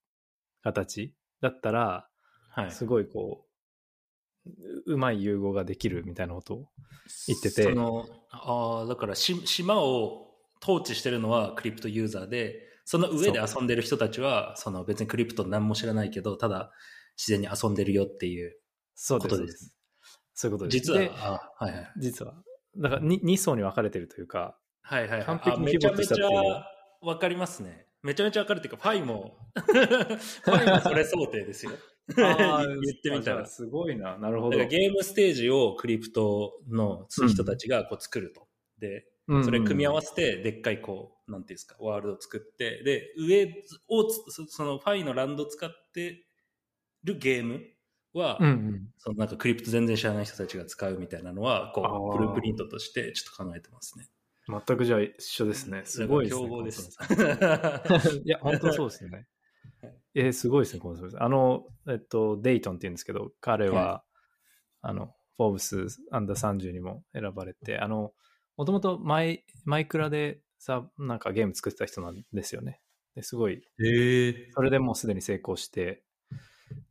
Speaker 1: 形だったら、
Speaker 2: はい、
Speaker 1: すごいこう、ううまい融合ができるみたいなことを。言ってて
Speaker 2: そのあーだからし島を統治してるのはクリプトユーザーでその上で遊んでる人たちはその別にクリプト何も知らないけどただ自然に遊んでるよっていう
Speaker 1: そうです。そ
Speaker 2: こと
Speaker 1: う
Speaker 2: で
Speaker 1: ですすそういうことです。
Speaker 2: 実
Speaker 1: で
Speaker 2: は、あはいはい
Speaker 1: 実は。だから 2, 二層に分かれてるというか、
Speaker 2: はいはいはい。
Speaker 1: 完璧に
Speaker 2: あめちゃ
Speaker 1: ピボッ
Speaker 2: めち
Speaker 1: トしたっていう
Speaker 2: ゃわかりますね。めちゃめちゃわかるっていうか、ファイも、 ファイもそれ想定ですよ。
Speaker 1: あー
Speaker 2: 言ってみたら
Speaker 1: あじゃあすごいな。なるほ
Speaker 2: だ
Speaker 1: ど
Speaker 2: から。ゲームステージをクリプトの人たちがこう作ると。で、それ組み合わ
Speaker 1: せ
Speaker 2: せて、でっかいこう、なんていうんですか、ワールドを作って、で、上をつ、そそのファイのランドを使ってるゲームは、
Speaker 1: うんうん。
Speaker 2: そのなんかクリプト全然知らない人たちが使うみたいなのは、こ
Speaker 1: あー
Speaker 2: う、ブループリントとしてちょっと考えてますね。
Speaker 1: 全くじゃあ一緒ですね。すごいですね。
Speaker 2: 競合です。
Speaker 1: いや、本当そうですよね
Speaker 2: はい。
Speaker 1: えーすごいですね、この人ですあの、えっと、デイトンって言うんですけど、彼は、
Speaker 2: は
Speaker 1: あの、フォーブスアンダー30にも選ばれて、あの、もともとマイマイクラでさ、なんかゲーム作ってた人なんですよね。ですごい、
Speaker 2: ええ
Speaker 1: それでもうすでに成功して、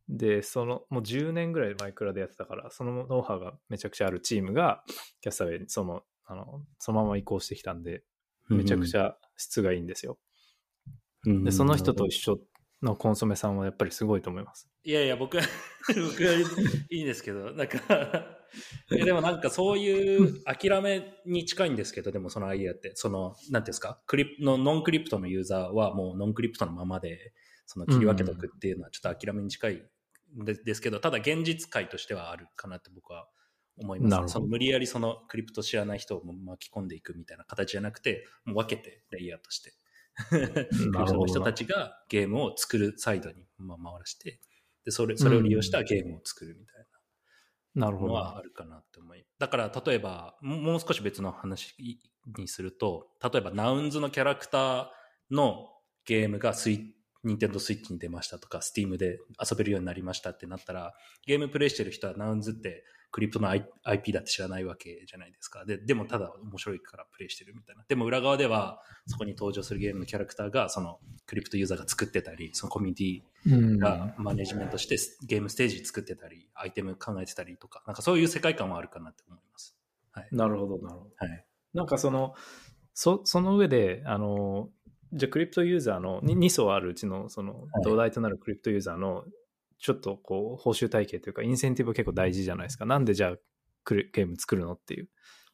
Speaker 1: で、その、もう10年ぐらいマイクラでやってたから、そのノウハウがめちゃくちゃあるチームが、キャスターウェイにその、あの、そのまま移行してきたんで、めちゃくち
Speaker 2: ゃ。
Speaker 1: ゃ質がいいんですよ。
Speaker 2: で
Speaker 1: で、その人と一緒のコンソメさんはやっぱりすごいと思います。
Speaker 2: いやいや、僕は、 僕はいいんですけど、なんか、いやでもなんかそういう諦めに近いんですけど、でもそのアイデアって、その、なんていうんですか、クリプのノンクリプトのユーザーはもうノンクリプトのままで、その切り分けとくっていうのはちょっと諦めに近いんでですけど、ただ現実界としてはあるかなって僕は思いま
Speaker 1: な
Speaker 2: す、
Speaker 1: るほど
Speaker 2: その無理やりそのクリプト知らない人を巻き込んでいくみたいな形じゃなくて、もう分けて、レイヤーと して。クリプトの人たちがゲームを作るサイドに、まあ、回らしてで、それ、それを利用したゲームを作るみたい
Speaker 1: なる
Speaker 2: な
Speaker 1: ほ
Speaker 2: の
Speaker 1: ど。
Speaker 2: はあるかなって思い。だから、例えば、ももう少し別の話にすると、例えば、ナウンズのキャラクターのゲームがスイニンテンドスイッチに出ましたとか、Steam で遊べるようになりましたってなったら、ゲームプレイしてる人はナウンズってクリプトの I- IP だって知らないわけじゃないですか。で、でもただ面白いからプレイしてるみたいな。でも裏側では、そこに登場するゲームのキャラクターが、そのクリプトユーザーが作ってたり、そのコミュニティ
Speaker 1: うん
Speaker 2: がマネジメントしてゲームステージ作ってたり、アイテム考えてたりとか、なんかそういう世界観はあるかなって思います。
Speaker 1: なるほど、なるほど。
Speaker 2: はい。
Speaker 1: なんかその、そその上で、あの、じゃあクリプトユーザーのに2層あるうちの、その
Speaker 2: い、
Speaker 1: 土台となるクリプトユーザーの、ちょっとこう、報酬体系というか、インセンティブ結構大事じゃないですか。なんでじゃあクリ、ゲーム作るのっていう。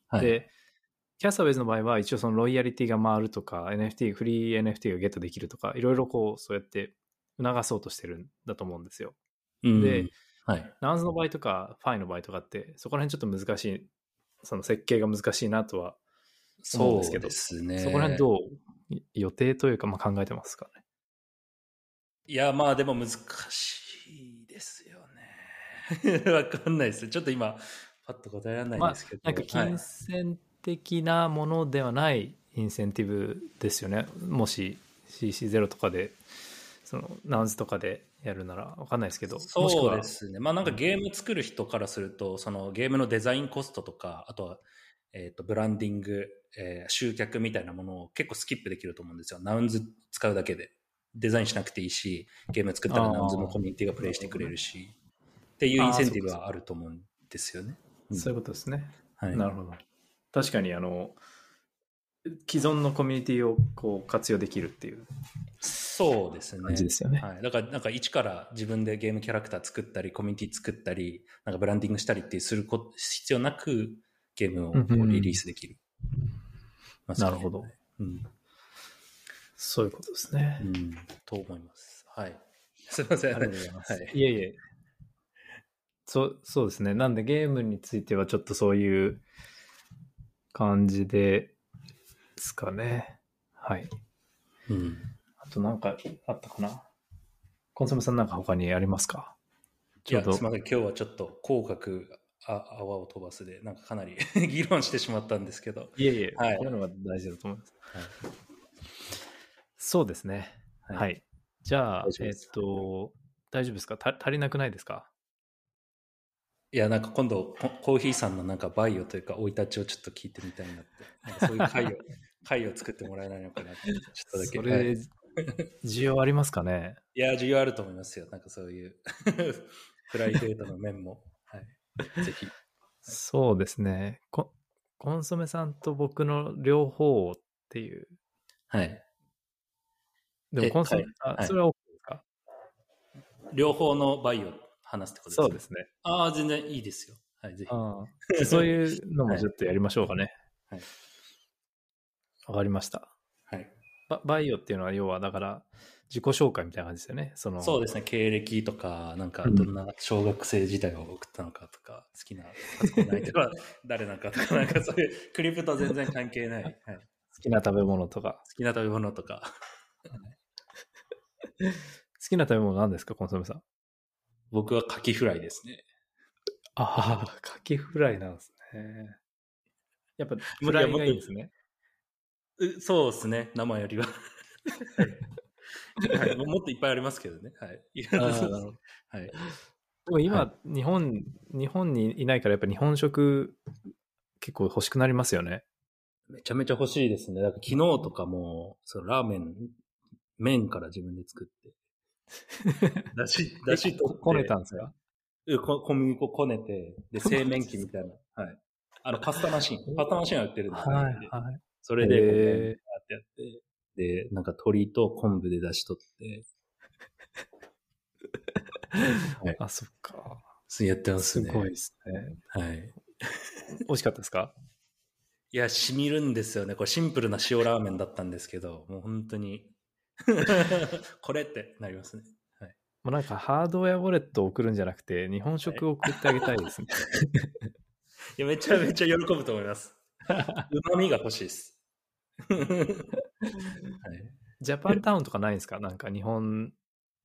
Speaker 2: はい、
Speaker 1: で、キャスターウェイズの場合は、一応そのロイヤリティが回るとか、NFT、フリー NFT がゲットできるとか、いろいろこう、そうやって促そうとしてるんだと思うんですよ。
Speaker 2: うん
Speaker 1: で
Speaker 2: はい。
Speaker 1: ナウンズの場合とか、ファイの場合とかって、そこら辺ちょっと難しい、その設計が難しいなとは思うん
Speaker 2: そ
Speaker 1: ですけ
Speaker 2: う
Speaker 1: ど
Speaker 2: ですね。
Speaker 1: そこら辺どうい予定というか、まあ、考えてますかね。
Speaker 2: いや、まあでも難しいですよね。 わかんないです。ちょっと今、パッと答えられないんですけど。
Speaker 1: なんか
Speaker 2: はい
Speaker 1: 金銭的なものではないインセンティブですよね。もし CC0 とかで、そのナウンズとかでやるならわかんないですけど、もしく
Speaker 2: そう
Speaker 1: は
Speaker 2: ですね。まあなんかゲーム作る人からすると、そのゲームのデザインコストとか、あとは、えっ、と、ブランディング、えー集客みたいなものを結構スキップできると思うんですよ。ナウンズ使うだけで。デザインしなくていいし、ゲーム作ったら
Speaker 1: あー
Speaker 2: ナウンズのコミュニティがプレイしてくれるし、っていうインセンティブはあると思うんですよね。
Speaker 1: そういうことですね。
Speaker 2: はい。
Speaker 1: なるほど。確かに、あの、既存のコミュニティをこう活用できるっていう
Speaker 2: そうですね。
Speaker 1: 感じですよね。
Speaker 2: はい、だからなんか一から自分でゲームキャラクター作ったりコミュニティ作ったりなんかブランディングしたりってすること必要なくゲームをこ
Speaker 1: うんう
Speaker 2: うんリリースできる。ますね
Speaker 1: なるほど、
Speaker 2: うん
Speaker 1: そういうことですね
Speaker 2: う。ん。と思います。はい。すいません。
Speaker 1: ありがとうございます。
Speaker 2: はい
Speaker 1: い、えいえ。そう、そうですね。なんでゲームについてはちょっとそういう感じで、ですかね。はい。
Speaker 2: うん
Speaker 1: あとなんかあったかなコンソメさんなんか他にありますか
Speaker 2: いや
Speaker 1: ちょうど
Speaker 2: すみません、今日はちょっと口角あ泡を飛ばすで、なんかかなり 議論してしまったんですけど、
Speaker 1: いえいえ、
Speaker 2: はい
Speaker 1: こういうのが大事だと思います。
Speaker 2: はい
Speaker 1: そうですね。
Speaker 2: は
Speaker 1: はいい。じゃあ
Speaker 2: 大、丈夫
Speaker 1: え
Speaker 2: で
Speaker 1: っ
Speaker 2: す
Speaker 1: と、大丈夫ですかた足りなくないですか
Speaker 2: いや、なんか今度、ココーヒーさんのなんかバイオというか、生い立ちをちょっと聞いてみたいなって、なんかそういう会 を、会を作ってもらえないのかなって、ちょっとだけ。
Speaker 1: そ
Speaker 2: はい
Speaker 1: れ、需要ありますかね
Speaker 2: いや、需要あると思いますよ。なんかそういう、 プライベートの面も。はい。ぜひ。
Speaker 1: そうですね。ココンソメさんと僕の両方っていう。
Speaker 2: はい。
Speaker 1: でも
Speaker 2: え
Speaker 1: コンソメ、
Speaker 2: はいは
Speaker 1: あ
Speaker 2: い
Speaker 1: それは OK ですか、
Speaker 2: 両方のバイオ話すってことです
Speaker 1: す
Speaker 2: ね。
Speaker 1: ね。
Speaker 2: ああ、全然いいですよ。はい、ぜひ。
Speaker 1: ああそういうのもちょっとやりましょうかね。
Speaker 2: はい
Speaker 1: わかりました。
Speaker 2: はい。
Speaker 1: ババイオっていうのは要はだから自己紹介みたいな感じですよね。その
Speaker 2: そうですね。経歴とか、なんか、どんな小学生時代を送ったのかとか、好きなパソコンの相手は誰なのかと か、なんかそういう、クリプトは全然関係ない。はい。好
Speaker 1: 好きな食べ物とか。
Speaker 2: きな食べ物とか。
Speaker 1: 好きな食べ物何ですか、コンソメさん。
Speaker 2: 僕はカキフライですね。
Speaker 1: ああ、カキフライなんですね。やっぱフライがいいですね。
Speaker 2: うそうですね。生よりは。はい、ももっといっぱいありますけどね。はい。いや
Speaker 1: ああ
Speaker 2: そ
Speaker 1: なる
Speaker 2: うで
Speaker 1: ほ
Speaker 2: す
Speaker 1: ど
Speaker 2: はい。
Speaker 1: でも今、
Speaker 2: は
Speaker 1: 日本、日本にいないから、やっぱ日本食、結構欲しくなりますよね。
Speaker 2: めちゃめちゃ欲しいですね。だから昨日とかも、そのラーメン、麺から自分で作 って。だし、だし取って。
Speaker 1: こねたんですか
Speaker 2: うんこ小麦粉こねて、で、製麺機みたいな。はい。あの、パスタマシン。パスタマシンが売ってるんですよ
Speaker 1: はい
Speaker 2: で
Speaker 1: はい。
Speaker 2: それで、こう
Speaker 1: へー
Speaker 2: 麺バーってやって、で、なんか鶏と昆布でだし取って、はい
Speaker 1: あ、そっか。
Speaker 2: そうやってます
Speaker 1: す
Speaker 2: ね。
Speaker 1: ごいですね。
Speaker 2: はい。
Speaker 1: 美味しかったですか
Speaker 2: いや、染みるんですよね。これシンプルな塩ラーメンだったんですけど、もう本当に、 これってなりますね。
Speaker 1: もうなんかハードウェアウォレットを送るんじゃなくて、日本食を送ってあげたいですね。
Speaker 2: いや、めちゃめちゃ喜ぶと思います。うまみが欲し いです。はい、
Speaker 1: ジャパンタウンとかないんですかなんか日本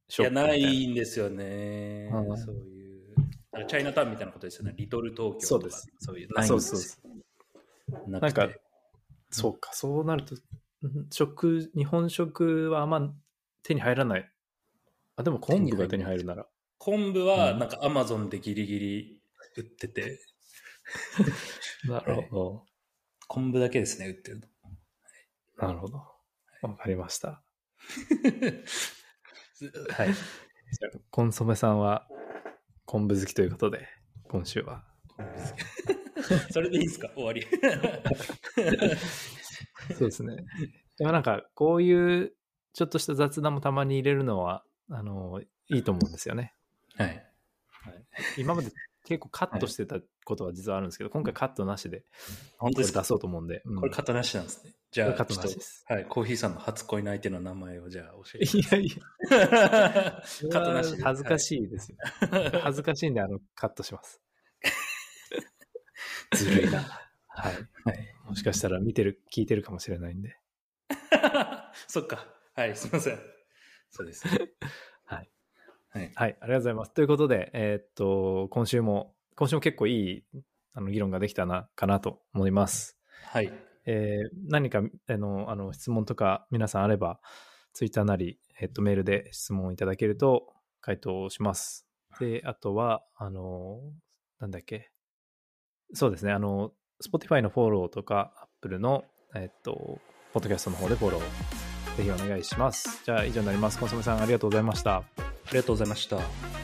Speaker 1: シ
Speaker 2: い
Speaker 1: ョッ
Speaker 2: や、
Speaker 1: プみた
Speaker 2: ない
Speaker 1: な。
Speaker 2: いんですよね。
Speaker 1: うん
Speaker 2: そういう。だからチャイナタウンみたいなことですよね。リトル東京とか。
Speaker 1: そうです。
Speaker 2: そういう。
Speaker 1: あそうそうそ
Speaker 2: な
Speaker 1: なん
Speaker 2: く
Speaker 1: か、
Speaker 2: て
Speaker 1: そうか、そうなると、ん食、日本食はあんま手に入らない。あ、でも昆布が手に入るなら。
Speaker 2: 昆布は
Speaker 1: うん
Speaker 2: なんかアマゾンでギリギリ売ってて、
Speaker 1: な
Speaker 2: 入る
Speaker 1: るほ
Speaker 2: 昆布だけですね、売ってる
Speaker 1: ど。
Speaker 2: の。
Speaker 1: なるほど。わかりました。
Speaker 2: はい。
Speaker 1: じゃあコンソメさんは昆布好きということで、今週は。
Speaker 2: それでいいですか終わり。
Speaker 1: そうですね。 でもなんか、こういうちょっとした雑談もたまに入れるのは、あの、いいと思うんですよね。
Speaker 2: はい。
Speaker 1: 今まで結構カットしてたことは実はあるんですけど、今回カットなしで、
Speaker 2: 本
Speaker 1: こ
Speaker 2: 当
Speaker 1: れ
Speaker 2: ですか
Speaker 1: 出そうと思うんで。うん
Speaker 2: これ、カットなしなんですね。じゃあ、
Speaker 1: これカット
Speaker 2: ちょっ
Speaker 1: なしです
Speaker 2: と、はい、コーヒーさんの初恋の相手の名前をじゃあ教えて。
Speaker 1: いやいや、
Speaker 2: カットなしで。
Speaker 1: 恥ずかしいですよ。恥ずかしいんで、あの、カットします。
Speaker 2: い。ずるいな。
Speaker 1: はい。
Speaker 2: はい。
Speaker 1: もしかしたら見てる、聞いてるかもしれないんで。
Speaker 2: そっか。はい、すいません。そうです。
Speaker 1: はい。
Speaker 2: はい。
Speaker 1: はい、ありがとうございます。ということで、えーっと、今週も、今週も結構いい、あの、議論ができたな、かなと思います。
Speaker 2: はい。
Speaker 1: えー何か、あの、あの、質問とか皆さんあれば、ツイッターなり、えーっと、メールで質問いただけると、回答します。で、あとは、あの、なんだっけ。そうですね、あの、Spotify のフォローとか、Apple の、えーっと、ポッドキャストの方でフォロー、ぜひお願いします。じゃあ、以上になります。コンソメさん、ありがとうございました。
Speaker 2: ありがとうございました。